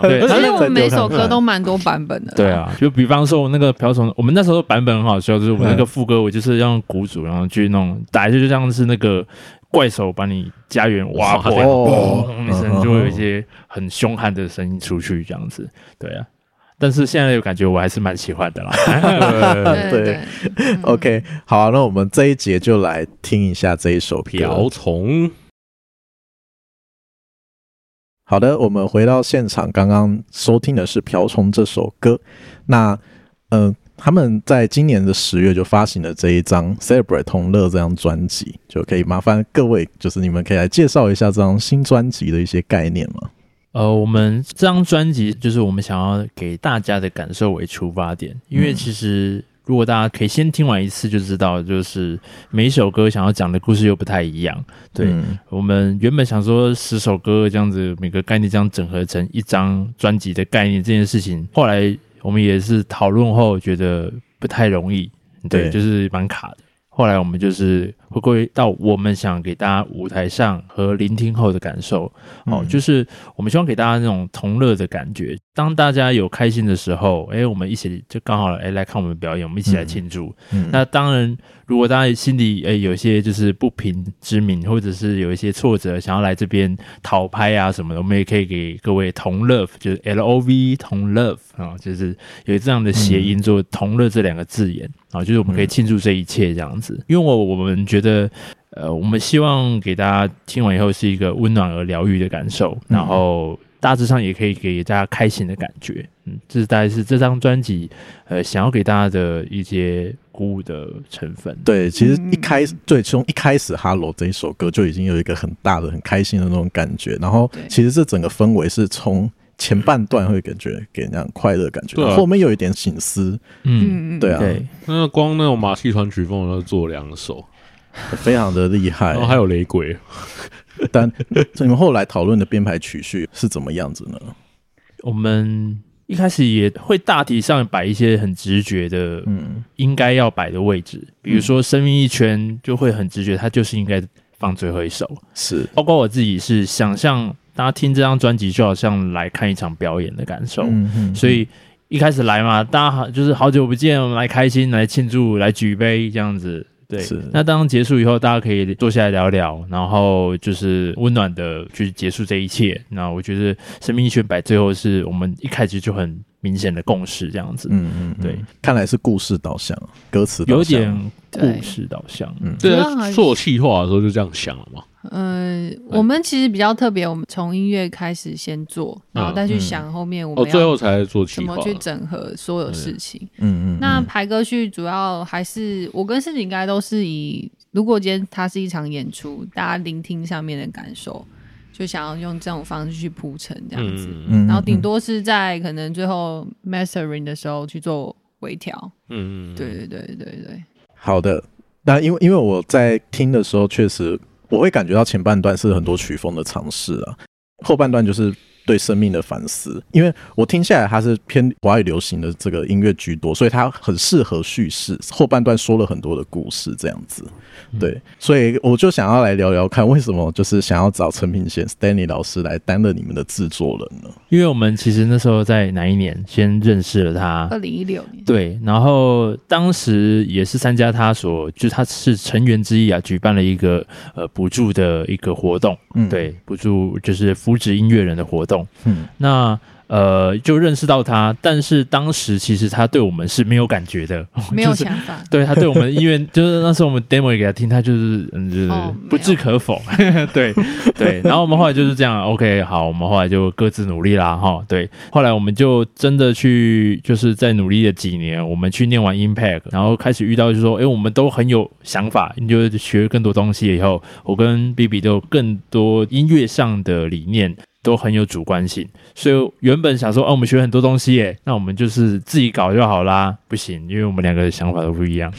E: 对，
D: 其
E: 它
D: 实我们每
A: 再丢
D: 首
A: 看
D: 歌
A: 看
D: 都蛮多版本的啦，
E: 对啊，就比方说我那个瓢虫，我们那时候版本很好笑，就是我们那个副歌，我就是要用鼓组，然后去弄，打就就像是那个怪手把你家园挖破，
A: (laughs) 哦
E: 砰一声就会有一些很凶悍的声音出去，这样子，对啊。但是现在有感觉，我还是蛮喜欢的啦。 (laughs)
A: (laughs)
D: 对嗯
A: 对
D: 对。
A: OK，好啊、那我们这一节就来听一下这一首歌。
C: 瓢虫，
A: 好的，我们回到现场，刚刚收听的是《瓢虫》这首歌。那，嗯、他们在今年的十月就发行了这一张《Celebrate 同乐》这张专辑，就可以麻烦各位，就是你们可以来介绍一下这张新专辑的一些概念嘛？
E: 呃，我们这张专辑就是我们想要给大家的感受为出发点，因为
A: 嗯
E: 其实如果大家可以先听完一次就知道，就是每一首歌想要讲的故事又不太一样。对，
A: 嗯
E: 我们原本想说十首歌这样子，每个概念这样整合成一张专辑的概念这件事情，后来我们也是讨论后觉得不太容易，对，
A: 对
E: 就是蛮卡的。后来我们就是回归到我们想给大家舞台上和聆听后的感受，哦，
A: 嗯
E: 就是我们希望给大家那种同乐的感觉。当大家有开心的时候，哎，我们一起就刚好哎来看我们表演，我们一起来
A: 嗯
E: 庆祝。
A: 嗯
E: 那当然，如果大家心里诶有一些就是不平之名，或者是有一些挫折，想要来这边讨拍啊什么的，我们也可以给各位同 love，就是 L O V 同 love 啊、就是有这样的谐
A: 嗯
E: 音做同乐这两个字眼啊、就是我们可以庆祝这一切这样子。因为我我们觉得，呃，我们希望给大家听完以后是一个温暖而疗愈的感受，
A: 嗯
E: 然后大致上也可以给大家开心的感觉。嗯，这是大概是这张专辑呃想要给大家的一些鼓舞的成分。
A: 对，其
D: 嗯
A: 实一开始，对，从一开始《Hello》这一首歌就已经有一个很大的、很开心的那种感觉。然后
D: 对，
A: 其实这整个氛围是从前半段会感觉给人家很快乐的感觉，
C: 对啊
A: 然后后面有一点醒思，
E: 嗯，
D: 嗯嗯，
A: 对啊，
E: 对，
C: 那光那种马戏团曲风，要做两首，
A: 非常的厉害
C: 然
E: 哦
C: 后。还有雷鬼，
A: 但你们后来讨论的编排曲序是怎么样子呢？
E: 我们一开始也会大体上摆一些很直觉的
A: 嗯，
E: 应该要摆的位置，比如说生命一圈就会很直觉，它就是应该放最后一首。
A: 是，
E: 包括我自己是想象大家听这张专辑就好像来看一场表演的感受，
A: 嗯嗯
E: 所以一开始来嘛，大家好就是好久不见，我们来开心，来庆祝，来举杯这样子。对
A: 是，
E: 那当结束以后，大家可以坐下来聊聊，然后就是温暖的去结束这一切。那我觉得生命一圈摆最后是我们一开始就很明显的共识，这样子，
A: 嗯嗯，嗯
E: 对，
A: 看来是故事导向，歌词导
E: 有
A: 向
E: 点
D: 对
E: 故事导向。
A: 嗯
C: 对
D: 主要
C: 啊，
D: 还是
C: 做气化的时候就这样想了嘛。
D: 呃，我们其实比较特别，我们从音乐开始先做，然后再去想后面我
C: 哦，
D: 们
C: 最
D: 要
C: 后才做气
D: 怎
C: 化
D: 么。去整合所有事情。
A: 嗯嗯，
D: 那
A: 嗯
D: 排歌序主要还是我跟世锦应该都是以，如果今天它是一场演出，大家聆听上面的感受，就想要用这种方式去铺陈这样子。
C: 嗯
A: 嗯
D: 然后顶多是在可能最后 mastering 的时候去做微调。
C: 嗯，
D: 对对对对对，
A: 好的，那因为因为我在听的时候，确实我会感觉到前半段是很多曲风的尝试啊，后半段就是对生命的反思。因为我听下来，它是偏华语流行的这个音乐居多，所以它很适合叙事，后半段说了很多的故事，这样子。对，所以我就想要来聊聊看，为什么就是想要找陈品贤 Stanley 老师来担任你们的制作人呢？
E: 因为我们其实那时候在哪一年先认识了他，
D: 二零一六年，
E: 对，然后当时也是参加他所，就是他是成员之一啊，举办了一个呃补助的一个活动，
A: 嗯
E: 对，补助就是扶植音乐人的活动。
A: 嗯，
E: 那呃就认识到他，但是当时其实他对我们是没有感觉的，
D: 没有
E: (laughs) 就是
D: 想法。
E: 对他对我们音乐，就是那时候我们 demo 也给他听，他就是嗯，就是
D: 哦
E: 不置可否， (laughs) 对对。然后我们后来就是这样，OK，好，啊我们后来就各自努力啦，哈，对。后来我们就真的去，就是在努力了几年，我们去念完 Impact，然后开始遇到就是说，哎，我们都很有想法，你就学更多东西以后，我跟 B B 都有更多音乐上的理念。都很有主观性，所以原本想说，哦、我们学很多东西耶，那我们就是自己搞就好啦。不行，因为我们两个想法都不一样，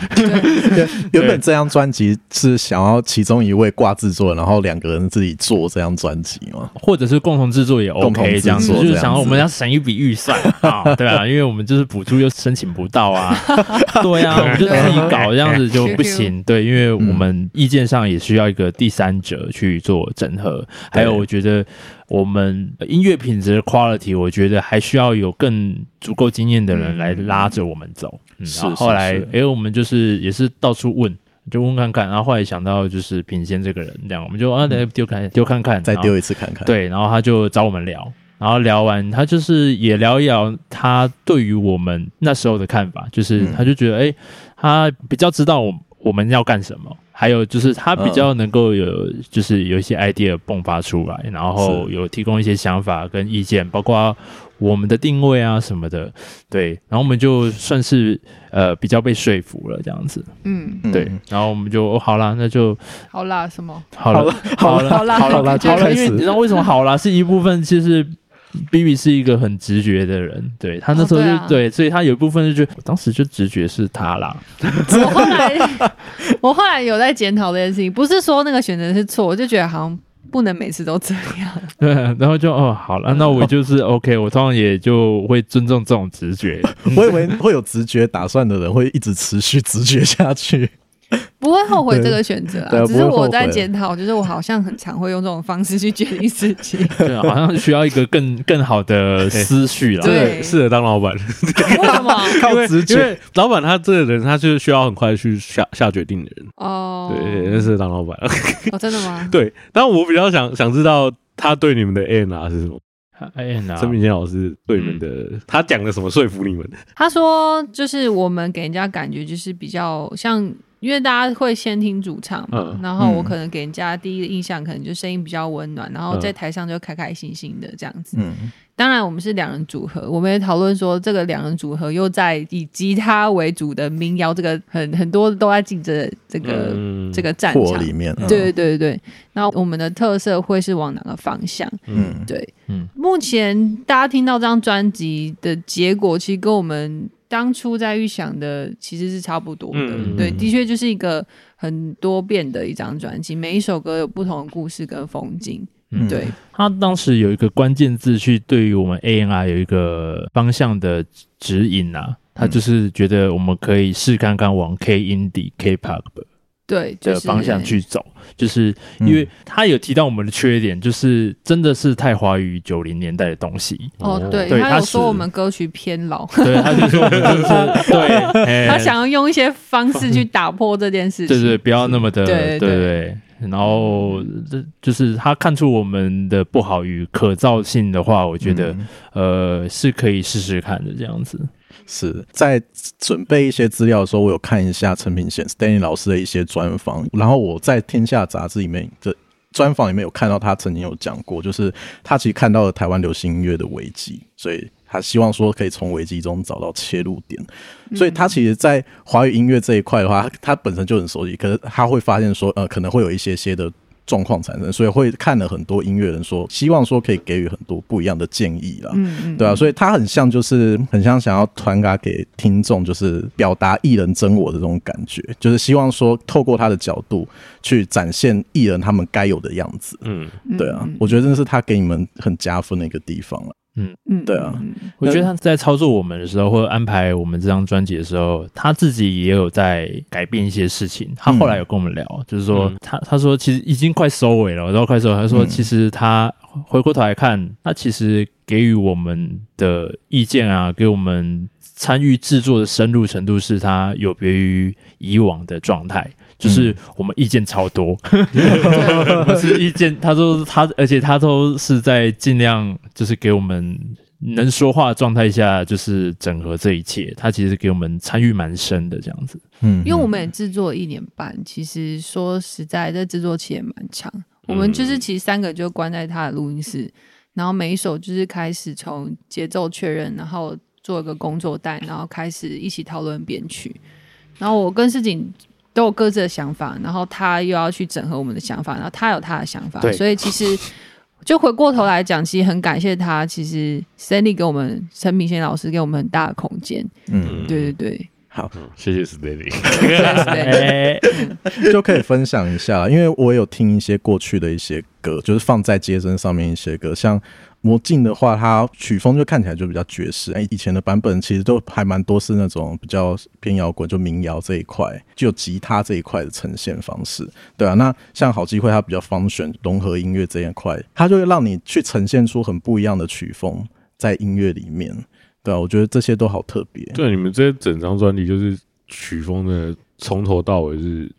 A: 原本这张专辑是想要其中一位挂制作，然后两个人自己做这张专辑吗？
E: 或者是共同制作也
A: 共同制
E: OK，
A: 作
E: 这样子
A: 这样
E: 就
A: 子
E: 是想要我们要省一笔预
A: (laughs)
E: 算啊，对啊，因为我们就是补助又申请不到啊，对啊，我们就自己搞这样子就不行，对，因为我
A: 嗯
E: 们意见上也需要一个第三者去做整合，还有我觉得。我们音乐品质的 quality，我觉得还需要有更足够经验的人来拉着我们走。嗯，
A: 是
E: 然后后来
A: 是是，
E: 哎、我们就是也是到处问，就问看看，然后后来想到就是品仙这个人，这样我们就啊，来丢看丢看看，
A: 嗯再
E: 然后
A: 丢一次看看。，
E: 对，然后他就找我们聊，然后聊完，他就是也聊一聊他对于我们那时候的看法，就是
A: 嗯
E: 他就觉得，哎、他比较知道我我们要干什么，还有就是他比较能够有，就是有一些 idea 迸发出来，然后有提供一些想法跟意见，包括我们的定位啊什么的，对，然后我们就算是呃比较被说服了这样子，
D: 嗯，
E: 对，然后我们就、哦、好啦，那就
D: 好啦，什么？
E: 好了，
A: 好
E: 了，
D: 好啦
A: 好
D: (laughs)
A: 了，
D: 就
A: 就
E: 好了，
A: 开
E: 因为你知
A: 始。
E: 道为什么好啦，是一部分其实 B B 是一个很直觉的人，对他那时候
D: 哦
E: 就、
D: 对啊
E: 对，所以他有一部分就觉得，我当时就直觉是他啦，
D: (laughs) 我后
A: (laughs)
D: 来我后来有在检讨这件事情，不是说那个选择是错，我就觉得好像不能每次都这样。
E: 对，然后就哦好了，那我就是、OK，我通常也就会尊重这种直觉，
A: 我以为会有直觉打算的人会一直持续直觉下去。
D: 不会后悔这个选择
A: 对
D: 啊，
A: 啊
D: 只
A: 不
D: 是
A: 会后悔
D: 我在检讨，就是我好像很常会用这种方式去决定事
A: (laughs)
D: 情。
E: 对，好像需要一个更更好的思绪啦。
D: 对
C: 这适合当老板，
D: 为什么？
A: 靠
C: 因为
A: 直觉
C: 因为老板他这个人，他是需要很快去下下决定的人，
D: 哦，
C: 对，适合当老板。 (laughs)
D: 哦，真的吗？
C: 对，但我比较想想知道他对你们的 N R 是什么？
E: 哎呀，
A: 啊
E: 那
C: 陈炳贤老师对你们
A: 嗯
C: 的，他讲了什么说服你们？
D: 他说，就是我们给人家感觉就是比较像，因为大家会先听主唱嘛，
C: 嗯
D: 然后我
A: 嗯
D: 可能给人家第一个印象可能就声音比较温暖，然后
C: 嗯
D: 在台上就开开心心的这样子。
A: 嗯，
D: 当然，我们是两人组合，我们也讨论说这个两人组合又在以吉他为主的民谣这个很很多都在竞争这个、
C: 嗯
D: 这个战
A: 破
D: 场。
A: 里面。嗯
D: 对，对对对，那我们的特色会是往哪个方向？
A: 嗯，
D: 对，
E: 嗯
D: 目前大家听到这张专辑的结果，其实跟我们当初在预想的其实是差不多的。
C: 嗯
D: 对，
E: 嗯
D: 的确就是一个很多变的一张专辑，每一首歌有不同的故事跟风景。
E: 嗯
D: 对，
E: 他当时有一个关键字去对于我们 A N R 有一个方向的指引啊，他就是觉得我们可以试看看往 K indie K pop
D: 对，就
E: 的
D: 是
E: 呃方向去走，就是因
A: 嗯
E: 为他有提到我们的缺点，就是真的是太华语九零年代的东西。
D: 哦，对，
E: 对
D: 他
E: 他
D: 有说
E: 是
D: 我们歌曲偏老，
E: 对，他就
C: (laughs)
E: 说我们 (laughs) 就是对，哎
D: 他想要用一些方式去打破这件事情。
E: 对对，不要那么的
D: 对对
E: 对对。然后这就是他看出我们的不好与可造性的话，我觉得
A: 嗯
E: 呃是可以试试看的这样子。
A: 是在准备一些资料的时候，我有看一下陈品贤 Stanley 老师的一些专访，然后我在《天下》杂志里面的专访里面有看到他曾经有讲过，就是他其实看到了台湾流行音乐的危机，所以他希望说可以从危机中找到切入点。所以他其实，在华语音乐这一块的话，他本身就很熟悉，可是他会发现说，呃，可能会有一些些的状况产生，所以会看了很多音乐人说，希望说可以给予很多不一样的建议啦。
D: 嗯嗯，
A: 对啊，所以他很像，就是很像想要传达给听众，就是表达艺人真我的这种感觉，就是希望说透过他的角度去展现艺人他们该有的样子。
C: 嗯，
D: 嗯
A: 对啊
D: 嗯，
A: 我觉得真的是他给你们很加分的一个地方了。
D: 嗯，
A: 对啊
D: 嗯，嗯
E: 我觉得他在操作我们的时候，或者安排我们这张专辑的时候，他自己也有在改变一些事情。他后来有跟我们聊，就是说
C: 嗯
E: 他他说其实已经快收尾了，然后快收尾，他说
A: 嗯
E: 其实他回过头来看，他其实给予我们的意见啊，给我们参与制作的深入程度，是他有别于以往的状态。就是我们意见超多，不是意见，他都他，而且他都是在尽量就是给我们能说话的状态下，就是整合这一切。他其实给我们参与蛮深的这样子。
A: 嗯
D: 因为我们也制作了一年半，其实说实在，这制作期也蛮长。我们
A: 嗯
D: 就是其实三个就关在他的录音室，然后每一首就是开始从节奏确认，然后做一个工作带，然后开始一起讨论编曲。然后我跟世锦都有各自的想法，然后他又要去整合我们的想法，然后他有他的想法，
E: 对
D: 所以其
A: (laughs)
D: 实。就回过头来讲，其实很感谢他。其实 Stanley 给我们陈明贤老师给我们很大的空间，
A: 嗯，
D: 对对
A: (laughs)
D: 对
C: 谢谢 Stanley。
D: 对对
E: 哎，
A: 就可以分享一 (laughs) 下，因为我有听一些过去的一些歌，就是放在街声上面一些歌，像。魔镜的话，它曲风就看起来就比较爵士。哎、以前的版本其实都还蛮多是那种比较偏摇滚，就民谣这一块，就有吉他这一块的呈现方式，对啊。那像好机会，它比较方选融合音乐这一块，它就会让你去呈现出很不一样的曲风在音乐里面，对啊。我觉得这些都好特别，
C: (laughs) 对，你们这整张专辑就是曲风的从头到尾是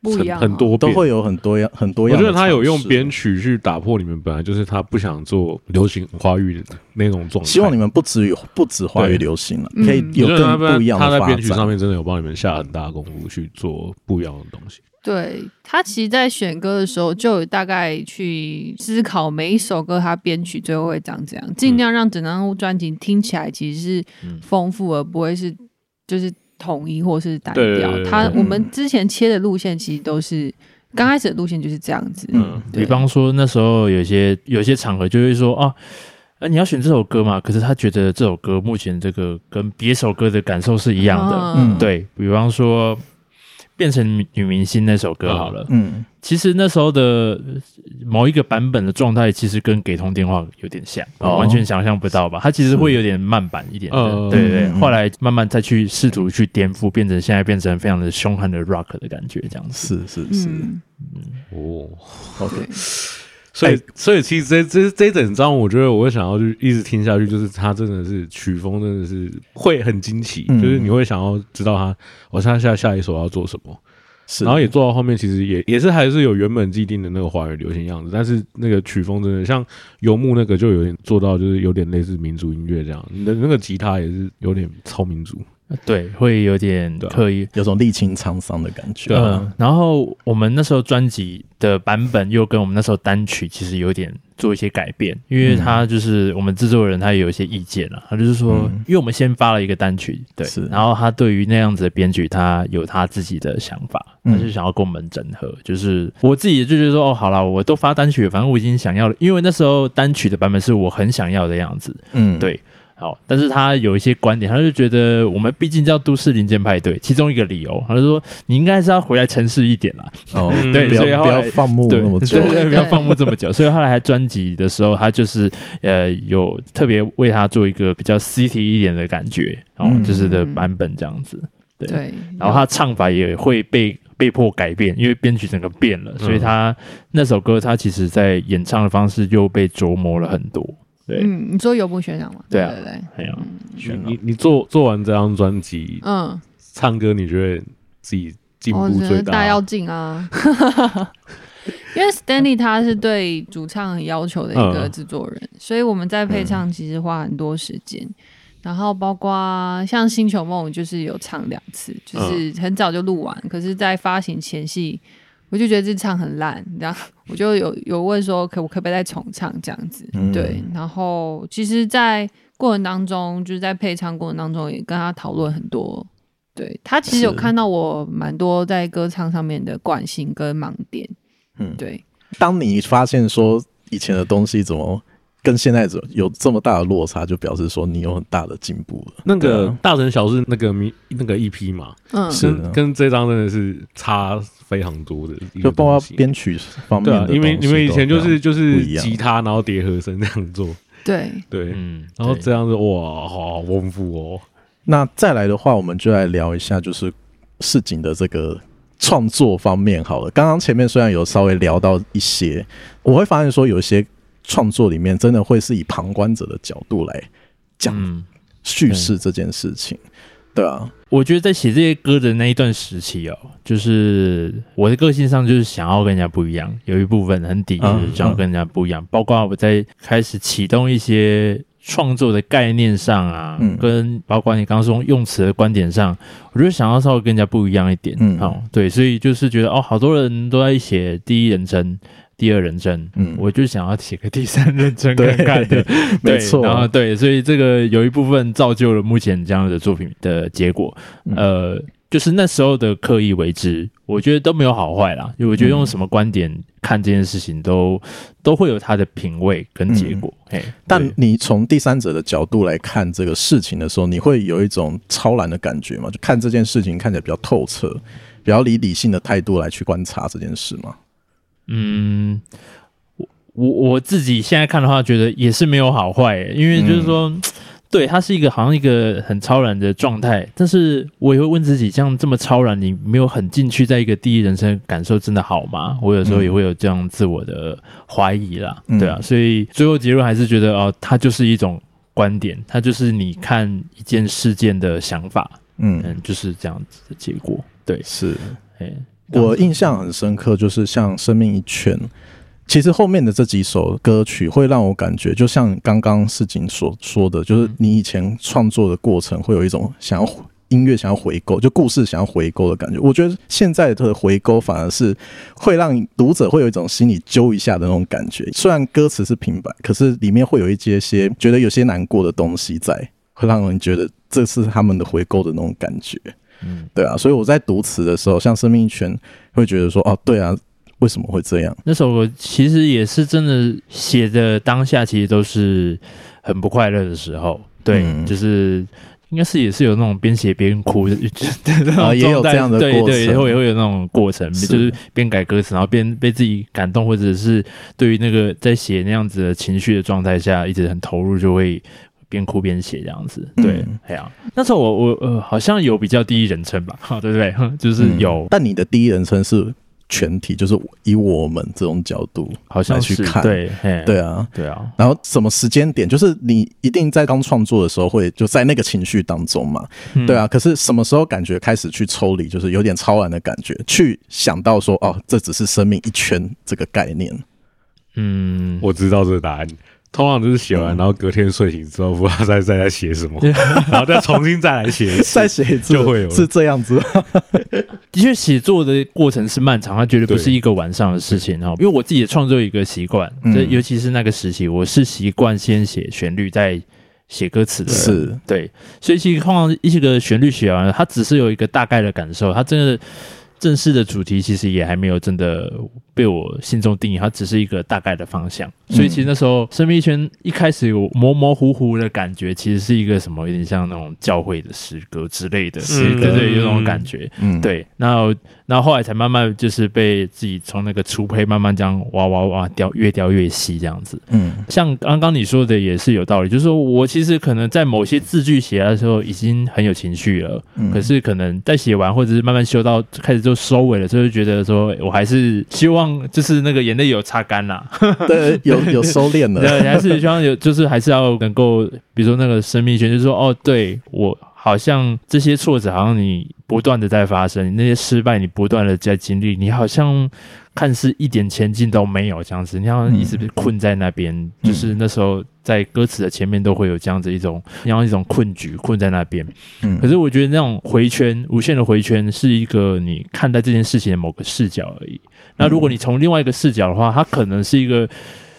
D: 不一样
C: 很
D: 哦
C: 很多
A: 都
C: 变。
A: 会有很多样很多
C: 我
A: 样
C: 觉
A: 的
C: 得
A: 尝试。啊
C: 他有用编曲去打破你们本来就是他不想做流行华语的那种状态。
A: 希望你们不止有不止华语流行了，
D: 对
A: 可以有
C: 我觉得
A: 更
C: 他
A: 不一样
C: 他
A: 的
C: 在
A: 发
C: 编曲上
A: 展。
C: 面真的有帮你们下很大功夫去做不一样的东西。
D: 对他其实，在选歌的时候，就有大概去思考每一首歌他编曲最后会长怎样，尽量让整张专辑听起来其实是丰富，而不会是就是统一或是单
C: 对对
D: 调
C: 对。对
D: 他
A: 对
D: 我们之前切的路线其实都是刚开始的路线就是这样子，
A: 嗯
D: 对
E: 比方说那时候有些有些场合就会说啊。呃你要选这首歌嘛？可是他觉得这首歌目前这个跟别首歌的感受是一样的。
D: 哦
A: 嗯
E: 对比方说，变成女明星那首歌好了，
A: 嗯，
E: 其实那时候的呃某一个版本的状态，其实跟给通电话有点像，
A: 哦
E: 完全想象不到吧？它其实会有点慢版一点的，
C: 嗯
E: 对对对。
A: 嗯嗯
E: 后来慢慢再去试图去颠覆，变成现在变成非常的凶悍的 rock 的感觉，这样子。
A: 是是是
D: 嗯，
C: 哦，
A: ，OK，
C: 所
A: 哎
C: 以所以其实这这这整张，我觉得我会想要去一直听下去，就是他真的是曲风真的是会很惊奇，
A: 嗯
C: 就是你会想要知道他我下下下一首要做什么。
A: 是，
C: 然后也做到后面，其实也也是还是有原本既定的那个华语流行样子，但是那个曲风真的像游牧那个就有点做到，就是有点类似民族音乐这样。你的那个吉他也是有点超民族，
E: 对，会有点
C: 对啊
E: 刻意。
A: 有种历经沧桑的感觉。
C: 对啊
E: 嗯，然后我们那时候专辑的版本又跟我们那时候单曲其实有点做一些改变，因为他就是我们制作人，他也有一些意见了，他就是说，
A: 嗯
E: 因为我们先发了一个单曲，对
A: 是，
E: 然后他对于那样子的编曲，他有他自己的想法，
A: 嗯
E: 他就想要跟我们整合，就是我自己就觉得说，哦，好了，我都发单曲了，反正我已经想要了，因为那时候单曲的版本是我很想要的样子，
A: 嗯，
E: 对好，但是他有一些观点，他就觉得我们毕竟叫都市零件派对，其中一个理由，他就说你应该是要回来城市一点啦，
A: 哦，
C: 嗯
E: 对
A: 不要
E: 所以后
A: 不
E: 来
A: 要放牧
E: 对
A: 哦那么久
E: 对。对，
D: 对
E: 不要放牧这么久。所以后来还专辑的时候，他就是呃有特别为他做一个比较 city 一点的感觉，然后
A: 嗯
E: 就是的版本这样子，对
D: 对，
E: 然后他唱法也会被。被迫改变，因为编曲整个变了，所以
C: 嗯
E: 他那首歌他其实在演唱的方式又被琢磨了很多。对，
D: 嗯，你说游牧学长嘛，
E: 对啊
D: 对对，
E: 哎呀、
C: 你
A: 啊
C: 你你做做完这张专辑，
D: 嗯，
C: 唱歌你觉得自己进
D: 哦，
C: 步
D: 真
C: 最
D: 的
C: 大？
D: 要进啊！ (laughs) 因为 Stanley 他是对主唱很要求的一个
C: 嗯
D: 制作人，所以我们在配唱其实花很多时间。然后包括像《星球梦》，就是有唱两次，
C: 嗯
D: 就是很早就录完，可是，在发行前戏，我就觉得这唱很烂，然后我就有有问说可我可不可以再重唱这样子？
A: 嗯
D: 对，然后其实，在过程当中，就是在配唱过程当中，也跟他讨论很多。对他其实有
A: 是
D: 看到我蛮多在歌唱上面的惯性跟盲点，
A: 嗯，
D: 对，
A: 当你发现说以前的东西怎么跟现在怎有这么大的落差，就表示说你有很大的进步了。
C: 那
A: 对
C: 个
A: 啊
C: 大城小事那个迷那个 EP 嘛，
D: 嗯，
A: 是的
C: 跟跟这张真的是差非常多的一个东西，
A: 就包括编曲方
C: 嗯
A: 面
C: 对啊
A: 的，
C: 因为
A: 东西啊
C: 你们以前就
A: 都这
C: 是
A: 样
C: 就是
A: 不一样
C: 吉他，然后叠和声这样做，
D: 对，
C: 对，
E: 嗯，
C: 然后
E: 对
C: 这样子哇，好丰富哦，
A: 那再来的话，我们就来聊一下就是市井的这个创作方面好了。刚刚前面虽然有稍微聊到一些，我会发现说有一些创作里面真的会是以旁观者的角度来讲
E: 嗯，
A: 叙事这件事情，对啊，
E: 我觉得在写这些歌的那一段时期哦，就是我的个性上就是想要跟人家不一样，有一部分很抵制
A: 嗯，
E: 想要跟人家不一样。包括我在开始启动一些创作的概念上啊，
A: 嗯
E: 跟包括你刚刚说用词的观点上，我就想要稍微跟人家不一样一点。
A: 嗯
E: 好、对，所以就是觉得哦，好多人都在写第一人称、第二人称，
A: 嗯
E: 我就想要写个第三人
A: (laughs)
E: 称
A: 对
E: 看看的。
A: (laughs) 没
E: 对
A: 错
E: 然后对，所以这个有一部分造就了目前这样的作品的结果。
A: 嗯
E: 呃，就是那时候的刻意为之，我觉得都没有好坏啦。因为我觉得用什么观点看这件事情都，都会有它的品味跟结果。哎、
A: 嗯但
E: 对
A: 你从第三者的角度来看这个事情的时候，你会有一种超然的感觉吗？就看这件事情看起来比较透彻，比较以理性的态度来去观察这件事吗？
E: 嗯，我我我自己现在看的话，觉得也是没有好坏、因
A: 嗯
E: 为就是说。对，它是一个好像一个很超然的状态，但是我也会问自己，像这么超然，你没有很进去，在一个第一人称感受真的好吗？我有时候也会有这样自我的怀疑啦，
A: 嗯
E: 对啊，所以最后结论还是觉得哦，它就是一种观点，它就是你看一件事件的想法，
A: 嗯，
E: 嗯，就是这样子的结果。对，
A: 是。
E: 哎，
A: 我印象很深刻，就是像《生命一圈》，其实后面的这几首歌曲会让我感觉，就像刚刚世锦所说的，就是你以前创作的过程会有一种想要音乐想要回购，就故事想要回购的感觉。我觉得现在的回购反而是会让读者会有一种心里揪一下的那种感觉。虽然歌词是平白，可是里面会有一些些觉得有些难过的东西在，会让人觉得这是他们的回购的那种感觉。
E: 嗯，
A: 对啊，所以我在读词的时候，像《生命一圈》，会觉得说，哦，对啊，为什么会这样？
E: 那首歌其实也是真的写的当下，其实都是很不快乐的时候，对，
A: 嗯
E: 就是应该是也是有那种边写边哭的的 (laughs) 那种状态、
A: 啊也有这样的
E: 对
A: 过程
E: 对，也会也会有那种过程，
A: 是
E: 就是边改歌词，然后边被自己感动，或者是对于那个在写那样子的情绪的状态下，一直很投入，就会。边哭边写这样子，对
A: 嗯，
E: 哎呀、那时候我我呃好像有比较第一人称吧， (laughs) 哈，对不对？哼就是
A: 嗯
E: 有
A: 但你的第一人称是全体，就是以我们这种角度，
E: 好像
A: 来去
E: 是
A: 看
E: 对，嘿
A: 对啊。
E: 对啊，
A: 然后什么时间点，就是你一定在刚创作的时候会就在那个情绪当中嘛，
E: 嗯
A: 对啊。可是什么时候感觉开始去抽离，就是有点超然的感觉，去想到说，哦，这只是生命一圈这个概念。
E: 嗯，
C: 我知道这个答案。通常就是写
A: 嗯
C: 完，然后隔天睡醒之后，不知道在在在写
A: (laughs)
C: 什么，然后再重新再来写一次。
A: 再写一次
C: 就会有
A: 是这样子吗，
E: 的确，写作的过程是漫长，它绝对不
C: 对
E: 是一个晚上的事情哈。因为我自己的创作有一个习惯，
A: 嗯
E: 这尤其是那个时期，我是习惯先写旋律，再写歌词的人。
A: 是
E: 对，所以其实通常一些个旋律写完了，它只是有一个大概的感受，它真的正式的主题其实也还没有真的被我心中定义，它只是一个大概的方向。
A: 嗯
E: 所以其实那时候《生命一圈》一开始有模模糊糊的感觉，其实是一个什么有点像那种教会的诗歌之类的，
C: 诗歌
E: 对对，有那种感觉。
A: 嗯，
E: 对，然后然后后来才慢慢就是被自己从那个粗胚慢慢这样挖挖挖掉，越掉越细这样子。
A: 嗯，
E: 像刚刚你说的也是有道理，就是说我其实可能在某些字句写的时候已经很有情绪了，
A: 嗯
E: 可是可能在写完或者是慢慢修到开始就收尾了，就会觉得说哎我还是希望就是那个眼泪有擦干啦，
A: 对，有有收敛了，
E: (laughs) 对，还是希望有，就是还是要能够，比如说那个生命圈，就是说，哦，对我好像这些挫折，好像你不断的在发生，你那些失败，你不断的在经历，你好像看似一点前进都没有这样子，你好像一直被困在那边，就是那时候在歌词的前面都会有这样子一种，然后一种困局，困在那边。
A: 嗯
E: 可是我觉得那种回圈，无限的回圈，是一个你看待这件事情的某个视角而已。那如果你从另外一个视角的话，它可能是一个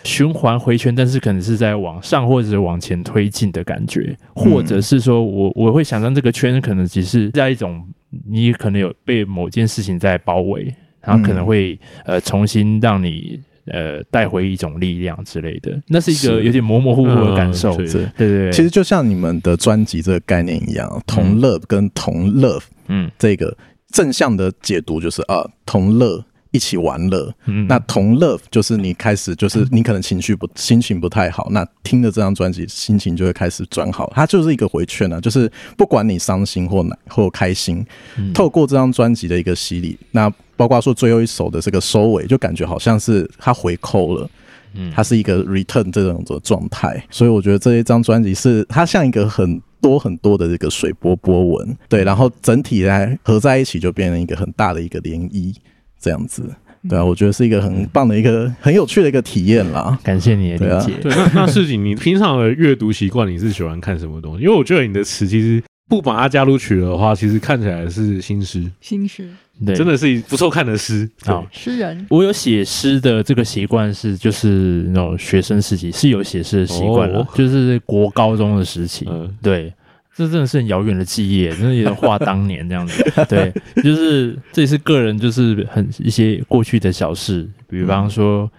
E: 循环回圈，但是可能是在往上或者是往前推进的感觉，或者是说我我会想象这个圈可能只是在一种你
A: 嗯
E: 可能有被某件事情在包围，然后可能会、呃重新让你呃带回一种力量之类的，那是一个有点模模糊糊的感受。
C: 嗯是
A: 是
E: 对对对，
A: 其实就像你们的专辑这个概念一样，同乐跟同乐
E: 嗯
A: 这个正向的解读就是啊，同乐一起玩乐，
E: 嗯
A: 那同乐就是你开始就是你可能情绪不心情不太好，那听了这张专辑心情就会开始转好，它就是一个回圈啊，就是不管你伤心或难或开心，
E: 嗯
A: 透过这张专辑的一个洗礼，那包括说最后一首的这个收尾，就感觉好像是它回扣了。
E: 嗯
A: 它是一个 return 这种的状态，所以我觉得这一张专辑是它像一个很多很多的这个水波波纹，对，然后整体来合在一起就变成一个很大的一个涟漪，这样子。对啊，我觉得是一个很棒的一个很有趣的一个体验啦。
E: 感谢你的理解。
C: 对，那那事情你平常的阅读习惯，你是喜欢看什么东西？因为我觉得你的词其实不把它加入曲的话，其实看起来是新诗，
D: 心事
E: 对，哦
C: 真的是一不错看的诗。
E: 好
C: 对
D: 诗人
E: 我有写诗的这个习惯是，就是那种学生时期是有写诗的习惯了，
C: 哦
E: 就是国高中的时期。
C: 嗯
E: 对，这真的是很遥远的记忆，真的有点画当年这样
C: (laughs)
E: 子。对，就是这也是个人，就是很一些过去的小事，比
C: 嗯
E: 方说，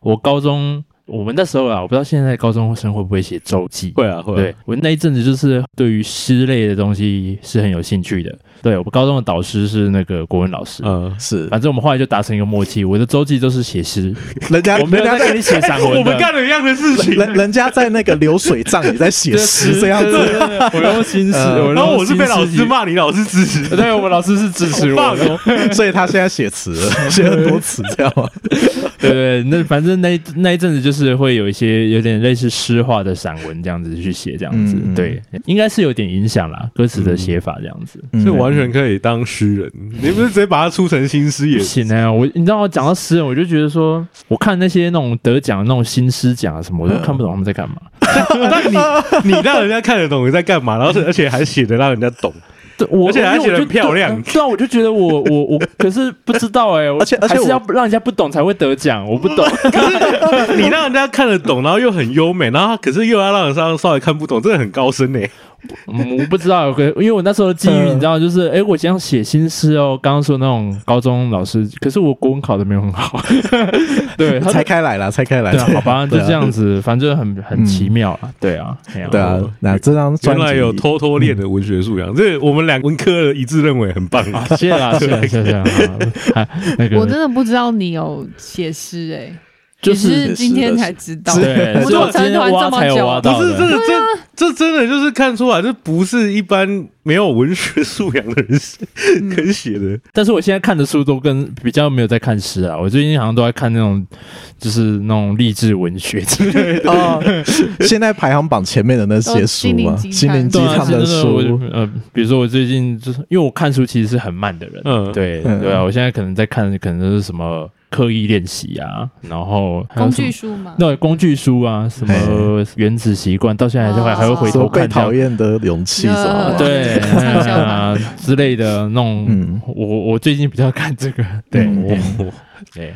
E: 我高中我们那时候啊，我不知道现在高中生会不会写周记，
C: 会啊会啊
E: 对我那一阵子就是对于诗类的东西是很有兴趣的。对我们高中的导师是那个国文老师，
C: 嗯，
A: 是，
E: 反正我们后来就达成一个默契，我的周记都是写
C: (laughs)
E: 诗，
A: 人家
E: 我没有在给你写散文的。
C: 我们
E: (laughs)
C: 干了一样的事
E: 嗯
C: 情，
A: 人人家在那个流水账也在写诗这
E: (laughs)
A: 样
E: 对
A: 子，
E: 对对对我用心思，
A: 呃
C: 嗯然后
E: 用
C: 我是
E: 心
C: 被
E: 思
C: 老
E: 写
C: 师，骂，你老师支持。
E: 对我们老师是支持我
C: 好棒哦
E: 的。
A: 所以他现在写词了，写很多词这样吗？
E: 对对，对那反正那一那一阵子就是会有一些有点类似诗化的散文这样子去写，这样子
A: 嗯嗯
E: 对，应该是有点影响啦，歌词的写法这样子。
C: 所以嗯完全可以当诗人，你不是直接把它出成新诗也
E: 不 (laughs) 行哎、我你知道，讲到诗人，我就觉得说，我看那些那种得奖的那种新诗奖啊什么，我都看不懂他们在干嘛。
C: 啊你让人家看得懂你在干嘛，然后而且还写的让人家懂，
E: 对，我
C: 而且还
E: 因为
C: 写得
E: 我就
C: 很漂亮
E: 对啊，我就觉得我我我，可是不知道哎、我
A: 而且而
E: 还
A: 且
E: 是
A: 我
E: 要让人家不懂才会得奖，我不
A: (laughs)
E: 懂。
C: 你让人家看得懂，然后又很优美，然后可是又要让人家稍微看不懂，真的很高深呢、欸
E: 嗯，我不知道，可因为我那时候的际遇，
A: 嗯
E: 你知道，就是哎、诶我想写新诗哦，刚刚说那种高中老师，可是我国文考的没有很好， (laughs) 对， (laughs) 他就
A: 拆开来啦，拆开来，
E: 对啊，好吧，就
A: 对啊
E: 这样子，反正很很
A: 嗯
E: 奇妙啊，对啊，嘿
A: 对啊，那这张专
C: 原
A: 辑
C: 来有偷偷练的文学素养，这我们两文科的一致认为很棒。
E: 啊，谢谢啦，谢谢谢谢
A: (laughs)
E: 啦，啊啊那
D: 我真
E: 个
D: 的不知道你有写诗哎，
E: 就
D: 也
E: 是
D: 是今天才知道，
E: 对，
D: (laughs) 我
E: 所以
D: 怎
E: 我
D: 么成
E: 今天
D: 团
E: 挖
D: 这
E: 才
D: 么
E: 有
D: 久
E: 挖
D: 啊？
E: 到
C: 不是
E: 的
C: 真的，这这真的就是看出来，这不是一般没有文学素养的人是可以写 (laughs) 的。
E: 但是我现在看的书都跟比较没有在看诗啊，我最近好像都在看那种就是那种励志文学之类的。
A: (laughs) 哦，现在排行榜前面的那些书嘛，
D: 哦都心灵鸡汤
A: 心灵鸡
E: (laughs) 对啊，
A: 汤
E: 是真
A: 的
E: 的，我就
A: 书，
E: 呃，比如说我最近就是因为我看书其实是很慢的人，
C: 嗯，
E: 对
A: 嗯
E: 对啊，我现在可能在看，可能都是什么刻意练习啊，然后还有
D: 工
E: 什么
D: 具书嘛，
E: 对工具书啊，什么原子习惯，到现在还是会
D: 哦
E: 还会回头
A: 说被
E: 看
A: 讨
E: 掉。
A: 厌的勇气什么
D: 呃 (laughs)
A: 的，
E: 对
D: 畅销
E: 啊
D: 榜
E: 之类的那种
A: 嗯，
E: (laughs) 我我最近比较看这个，对
C: 哦
E: (laughs) 对，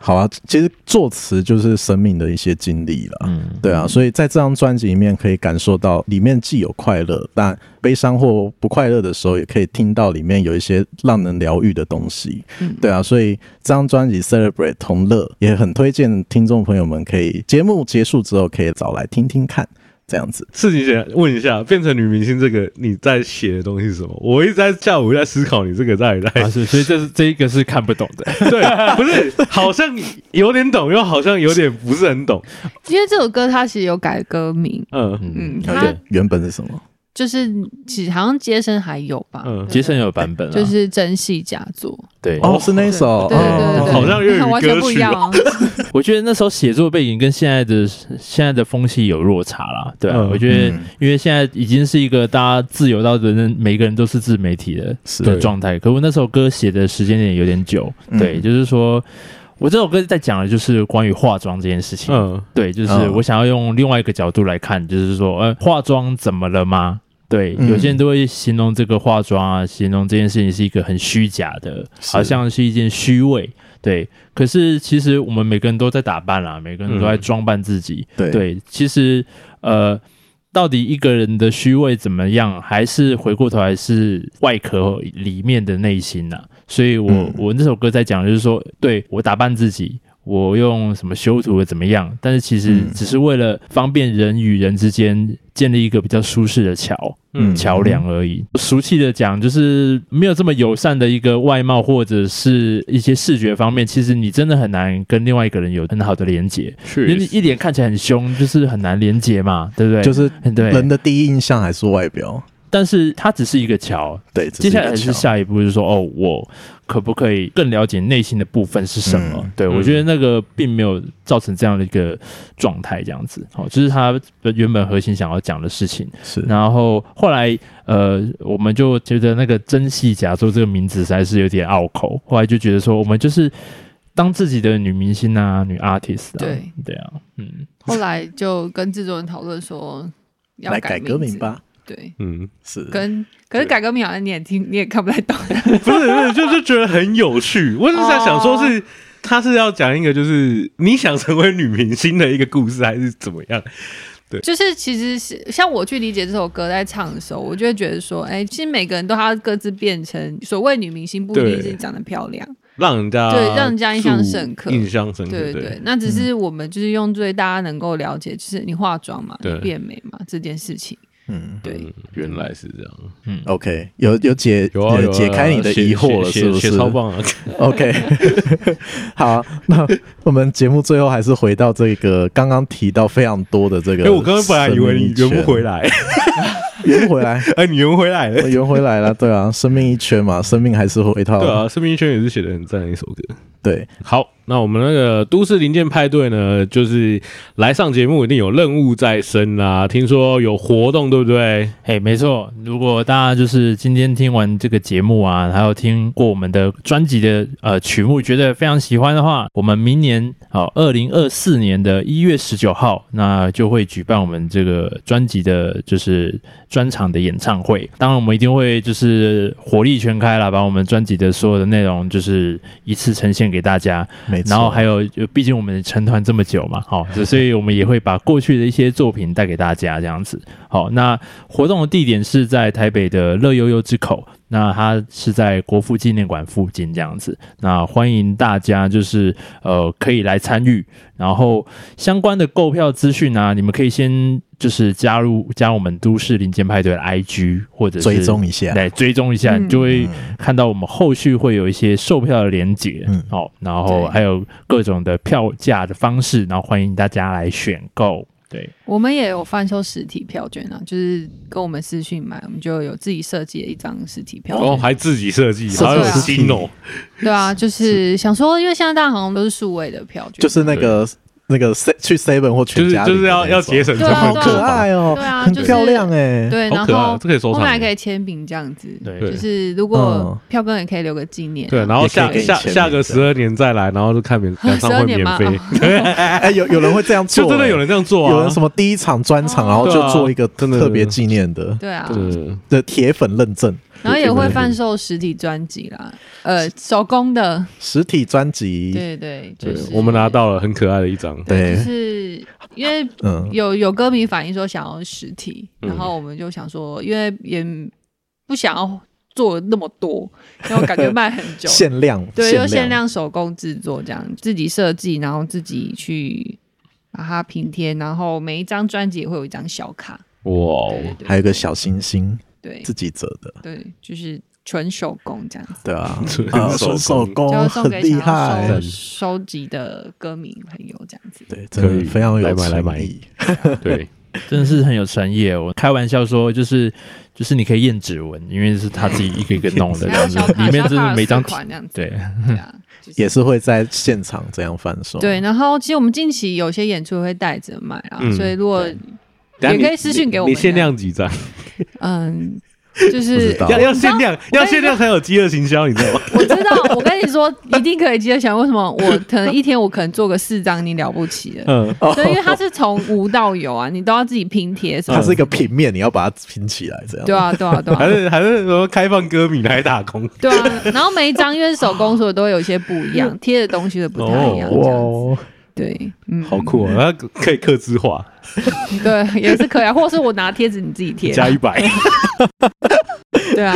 A: 好啊，其实作词就是生命的一些经历了。
E: 嗯，
A: 对啊，所以在这张专辑里面可以感受到，里面既有快乐，但悲伤或不快乐的时候，也可以听到里面有一些让人疗愈的东西。
D: 嗯
A: 对啊，所以这张专辑《Celebrate 同乐》也很推荐听众朋友们可以节目结束之后可以找来听听看，这样子。
C: 事情姐，问一下，变成女明星这个你在写的东西是什么？我一直在下午在思考你这个在在
E: 啊是，所以这是这一个是看不懂的，
C: 对，不是好像有点懂，又好像有点不是很懂。
D: 因为这首歌它其实有改歌名，
C: 嗯
D: (laughs) 嗯，它
A: 原原本是什么？
D: 就是其实好像杰森还有吧，
C: 嗯
E: 杰森有版本啊，
D: 就是珍惜佳作，
E: 对，
A: 哦，是那一首，
D: 对对对对，
A: 哦
C: 好像粤语歌曲
D: 完全不一样
A: (laughs)
D: 啊，
E: 我觉得那时候写作背景跟现在的现在的风气有落差啦，对啊，
C: 嗯
E: 我觉得
A: 嗯
E: 因为现在已经是一个大家自由到人每个人都是自媒体的
A: 是
E: 的状态，可我那首歌写的时间点有点久，
A: 嗯
E: 对，就是说我这首歌在讲的就是关于化妆这件事情，
C: 嗯，
E: 对，就是
A: 嗯
E: 我想要用另外一个角度来看，就是说，呃，化妆怎么了吗？对，
A: 嗯
E: 有些人都会形容这个化妆啊，形容这件事情是一个很虚假的，
A: 是
E: 好像是一件虚伪。对，可是其实我们每个人都在打扮啦、每个人都在
C: 嗯
E: 装扮自己。
A: 对
E: 对，其实呃，到底一个人的虚伪怎么样，还是回过头来是外壳里面的内心呐、所以我、
A: 嗯
E: 我那首歌在讲，就是说，对我打扮自己，我用什么修图的怎么样，但是其实
A: 嗯
E: 只是为了方便人与人之间建立一个比较舒适的桥。
A: 嗯
E: 桥梁而已。俗气的讲，就是没有这么友善的一个外貌，或者是一些视觉方面，其实你真的很难跟另外一个人有很好的连接。因
C: 确
E: 为你
C: 实
E: 一脸看起来很凶，就是很难连接嘛，对不对？
A: 就是
E: 对
A: 人的第一印象还是外表，
E: 但是它只是一个桥，
A: 对，
E: 接下来
A: 只一
E: 是
A: 个桥
E: 下一步，就是说，哦，我可不可以更了解内心的部分是什么？
A: 嗯
E: 对、我觉得那个并没有造成这样的一个状态，这样子，哦，就是他原本核心想要讲的事情。
A: 是
E: 然后后来，呃，我们就觉得那个“真戏假做”这个名字实在是有点拗口，后来就觉得说，我们就是当自己的女明星啊、女 artist 啊，
D: 对
E: 对啊，嗯，
D: 后来就跟制作人讨论说要
A: 来
D: 改
A: 改革
D: 名
A: 名
D: 字，
A: 吧，
D: 对，
C: 嗯，
A: 是
D: 跟可是改革名好像你也听你也看不太懂， (laughs)
C: 不是不是，就就觉得很有趣。我只是在想说
D: 哦
C: 是，他是要讲一个就是你想成为女明星的一个故事，还是怎么样？
D: 就是其实是像我去理解这首歌在唱的时候，我就会觉得说，哎、其实每个人都要各自变成所谓女明星，不一定
C: 对
D: 是长得漂亮，
C: 让人家
D: 对让人家印象深刻
C: 注印象深刻，
D: 对对
C: 对嗯
D: 对。那只是我们就是用最大家能够了解，就是你化妆嘛，
C: 对
D: 你变美嘛这件事情，
A: 嗯
D: 对。
C: 嗯原来是这样，
A: ，OK，有有解
C: 有啊，有
A: 有
C: 啊
A: 解开你的疑惑了，
C: 写
A: 是不
C: 写
A: 是
C: 写？超棒啊！
A: OK，好啊，那我们节目最后还是回到这个刚刚提到非常多的这个
C: 哎，
A: 生
C: 我
A: 命权，
C: 刚刚本来以为你圆不回来， (laughs)
A: 圆不回来， (laughs)
C: 哎，你圆回来了
A: 我。圆回来了，对啊，生命一圈嘛，生命还是回到
C: 对啊，生命一圈也是写的很赞的一首歌。
A: 对
C: 好，那我们那个都市零件派对呢，就是来上节目一定有任务在身啦、听说有活动，对不对？
E: 嘿，没错。如果大家就是今天听完这个节目啊，还有听过我们的专辑的呃曲目，觉得非常喜欢的话，我们明年好二零二四年的一月十九号，那就会举办我们这个专辑的，就是专场的演唱会。当然，我们一定会就是火力全开啦，把我们专辑的所有的内容就是一次呈现给大家。
A: 没错。
E: 然后还有，就毕竟我们成团这么久嘛，好、就所以我们也会把过去的一些作品带给大家这样子。好、那活动的地点是在台北的乐悠悠之口，那它是在国父纪念馆附近这样子。那欢迎大家就是呃可以来参与，然后相关的购票资讯啊，你们可以先就是加入加我们都市林间派对的 IG 或者是
A: 追踪一下，
E: 来追踪一下，
D: 嗯
E: 你就会看到我们后续会有一些售票的连接，
A: 嗯
E: 哦，然后
D: 对
E: 还有各种的票价的方式，然后欢迎大家来选购。对，
D: 我们也有贩售实体票券啊，就是跟我们私讯买，我们就有自己设计的一张实体票
C: 然
D: 券。
C: 后哦还自己设计，
D: 设计
C: 好有
D: 啊
C: 心哦。
D: 对啊，就是想说，因为现在大家好像都是数位的票券，
A: 就是那个那个 se- 去 seven 或
C: 就
A: 全
C: 是
A: 家
C: 就是要要节
A: 省，
C: 省成
D: 对啊
C: 本
A: 好
D: 对啊
C: 购
A: 可
C: 吧，
A: 爱哦，
D: 对啊
A: 很
D: 就是
A: 漂亮哎，
D: 对，
C: 好
D: 然
C: 可爱
D: 后
C: 哦，这可以收
D: 后
C: 藏
D: 面还可
C: 耶。
D: 以签名这样子。
E: 对
D: 就
C: 对
D: 是如果票根也可以留个纪念。啊
C: 对，然后
A: 也可以
C: 下
A: 给你
C: 下
A: 签名
C: 下个十二年再来，然后就
D: (laughs)
C: 看免演唱
D: 12
C: 会
D: 年哦
C: 免
D: 吗
C: 费， (laughs) 啊
A: 哎，有有人会这样做，
C: 就真的有人这样做
A: 哎。
C: 啊，
A: 有人什么第一场专场，
D: 哦
A: 然后就
C: 对啊
A: 做一个
C: 真的
A: 特别纪念的
D: 对啊，
C: (laughs) 对
A: 的铁粉认证，
D: 然后也会贩售实体专辑啦，呃，手工的，
A: 实体专辑，
D: 对对，
C: 对
D: (laughs) 就是，
C: 我们拿，到了很可爱的一张，
D: 就
A: 对，
D: 是因为
A: 嗯，
D: 有有歌迷反映说想要实体，
C: 嗯
D: 然后我们就想说，因为也不想要做那么多，因为我感
A: (laughs)
D: 觉卖很久，
A: 限量，
D: 对，就限，量手工制作这样，自己设计，然后自己去把它拼贴，然后每一张专辑也会有一张小卡，
C: 哇哦，
D: 对对
A: 还有个小星星，
D: 对
A: 自己折的，
D: 对，就是纯手工这样子。
A: 对啊
C: (laughs) 纯，
A: 啊
C: 手工
A: 纯手
D: 就
A: 工
D: 送
A: 很
D: 给
A: 厉
D: 想要收，
A: 害
D: 收集的歌迷朋友这样子。
A: 对，真
C: 可以
A: 的非常有
C: 来买来
A: 诚
C: 买
A: 意
C: 对，
E: (laughs) 真的是很有诚意耶。我开玩笑说，就是就是你可以验指纹，因为是他自己一个一个弄
D: (laughs)
E: 的，这
D: 还有
E: 样子
D: 小卡，
E: 里面
D: 小
E: 真
D: 卡
E: 是每张
D: 四款这样子。
E: 对，
D: 对啊，就是
A: 也是会在现场这样贩售，
D: 对。然后其实我们近期有些演出会带着卖啊，
C: 嗯
D: 所以如果
C: 等下
D: 也
C: 你
D: 可以私讯给我们
C: 你限量几张？
D: 嗯，就是
A: 不知道
C: 要要限量，
D: 道
C: 要限量才有饥饿行销，你知道吗？
D: 我知道，我跟你说一定可以接着想，为什么我可能一天我可能做个四张，你了不起了。
C: 嗯，
A: 哦
D: 对，因为它是从无到有啊，你都要自己拼贴什么
A: 它是一个平面，你要把它拼起来，这样
D: 对啊，对啊，
C: (laughs)
D: 对
C: 还
D: 啊，
C: 是还是说开放歌迷来打
A: (laughs)
C: 工？
D: 对啊。然后每一张因为是手工，所以都会有一些不一样，贴的东西都不太一样。这样子
A: 哦哇，
D: 对，嗯，
C: 好
A: 哦
C: 酷啊！它可以刻字
D: (laughs)
C: 化，
D: 对，也是可以啊，或者是我拿贴纸你自己贴，
C: 加一百。
D: 对啊，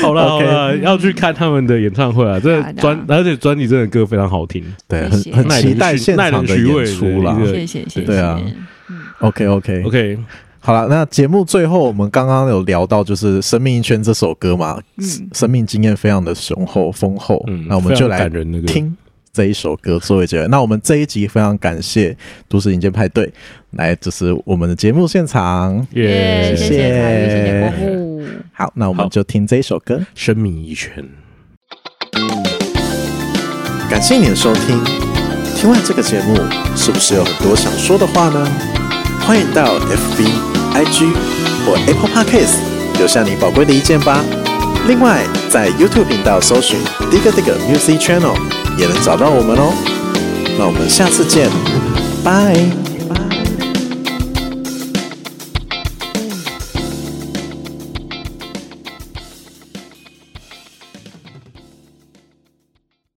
C: 好了
A: OK
C: 好了，要去看他们的演唱会啊！这
D: 好的
C: 专而且专辑真的歌非常好听，
A: 对，
D: 谢谢
A: 很很期待现场的演出啦
C: 耐人。寻味的一个
D: 谢谢谢谢，嗯
A: 对啊 OK OK
C: OK，
A: 好了，那节目最后我们刚刚有聊到就是《生命一圈》这首歌嘛，
D: 嗯
A: 生命经验非常的雄厚丰厚，
C: 嗯，
A: 那我们
C: 非
A: 就
C: 常
A: 来
C: 感人那个，
A: 听这一首歌作为结尾。那我们这一集非常感谢都市营建派对来，这是我们的节目现场。
D: 耶，
C: 耶，
D: 谢
A: 谢
D: 谢彩玉，谢谢
A: 谢
D: 国父。
A: 好，那我们
C: 好
A: 就听这一首歌。
C: 生命一圈。
A: 感谢你的收听。听完这个节目，是不是有很多想说的话呢？欢迎到 FB、IG 或 Apple Podcast 留下你宝贵的意见吧。另外，在 YouTube 频道搜寻 Dig Dig Music Channel 也能找到我们哦。那我们下次见，拜。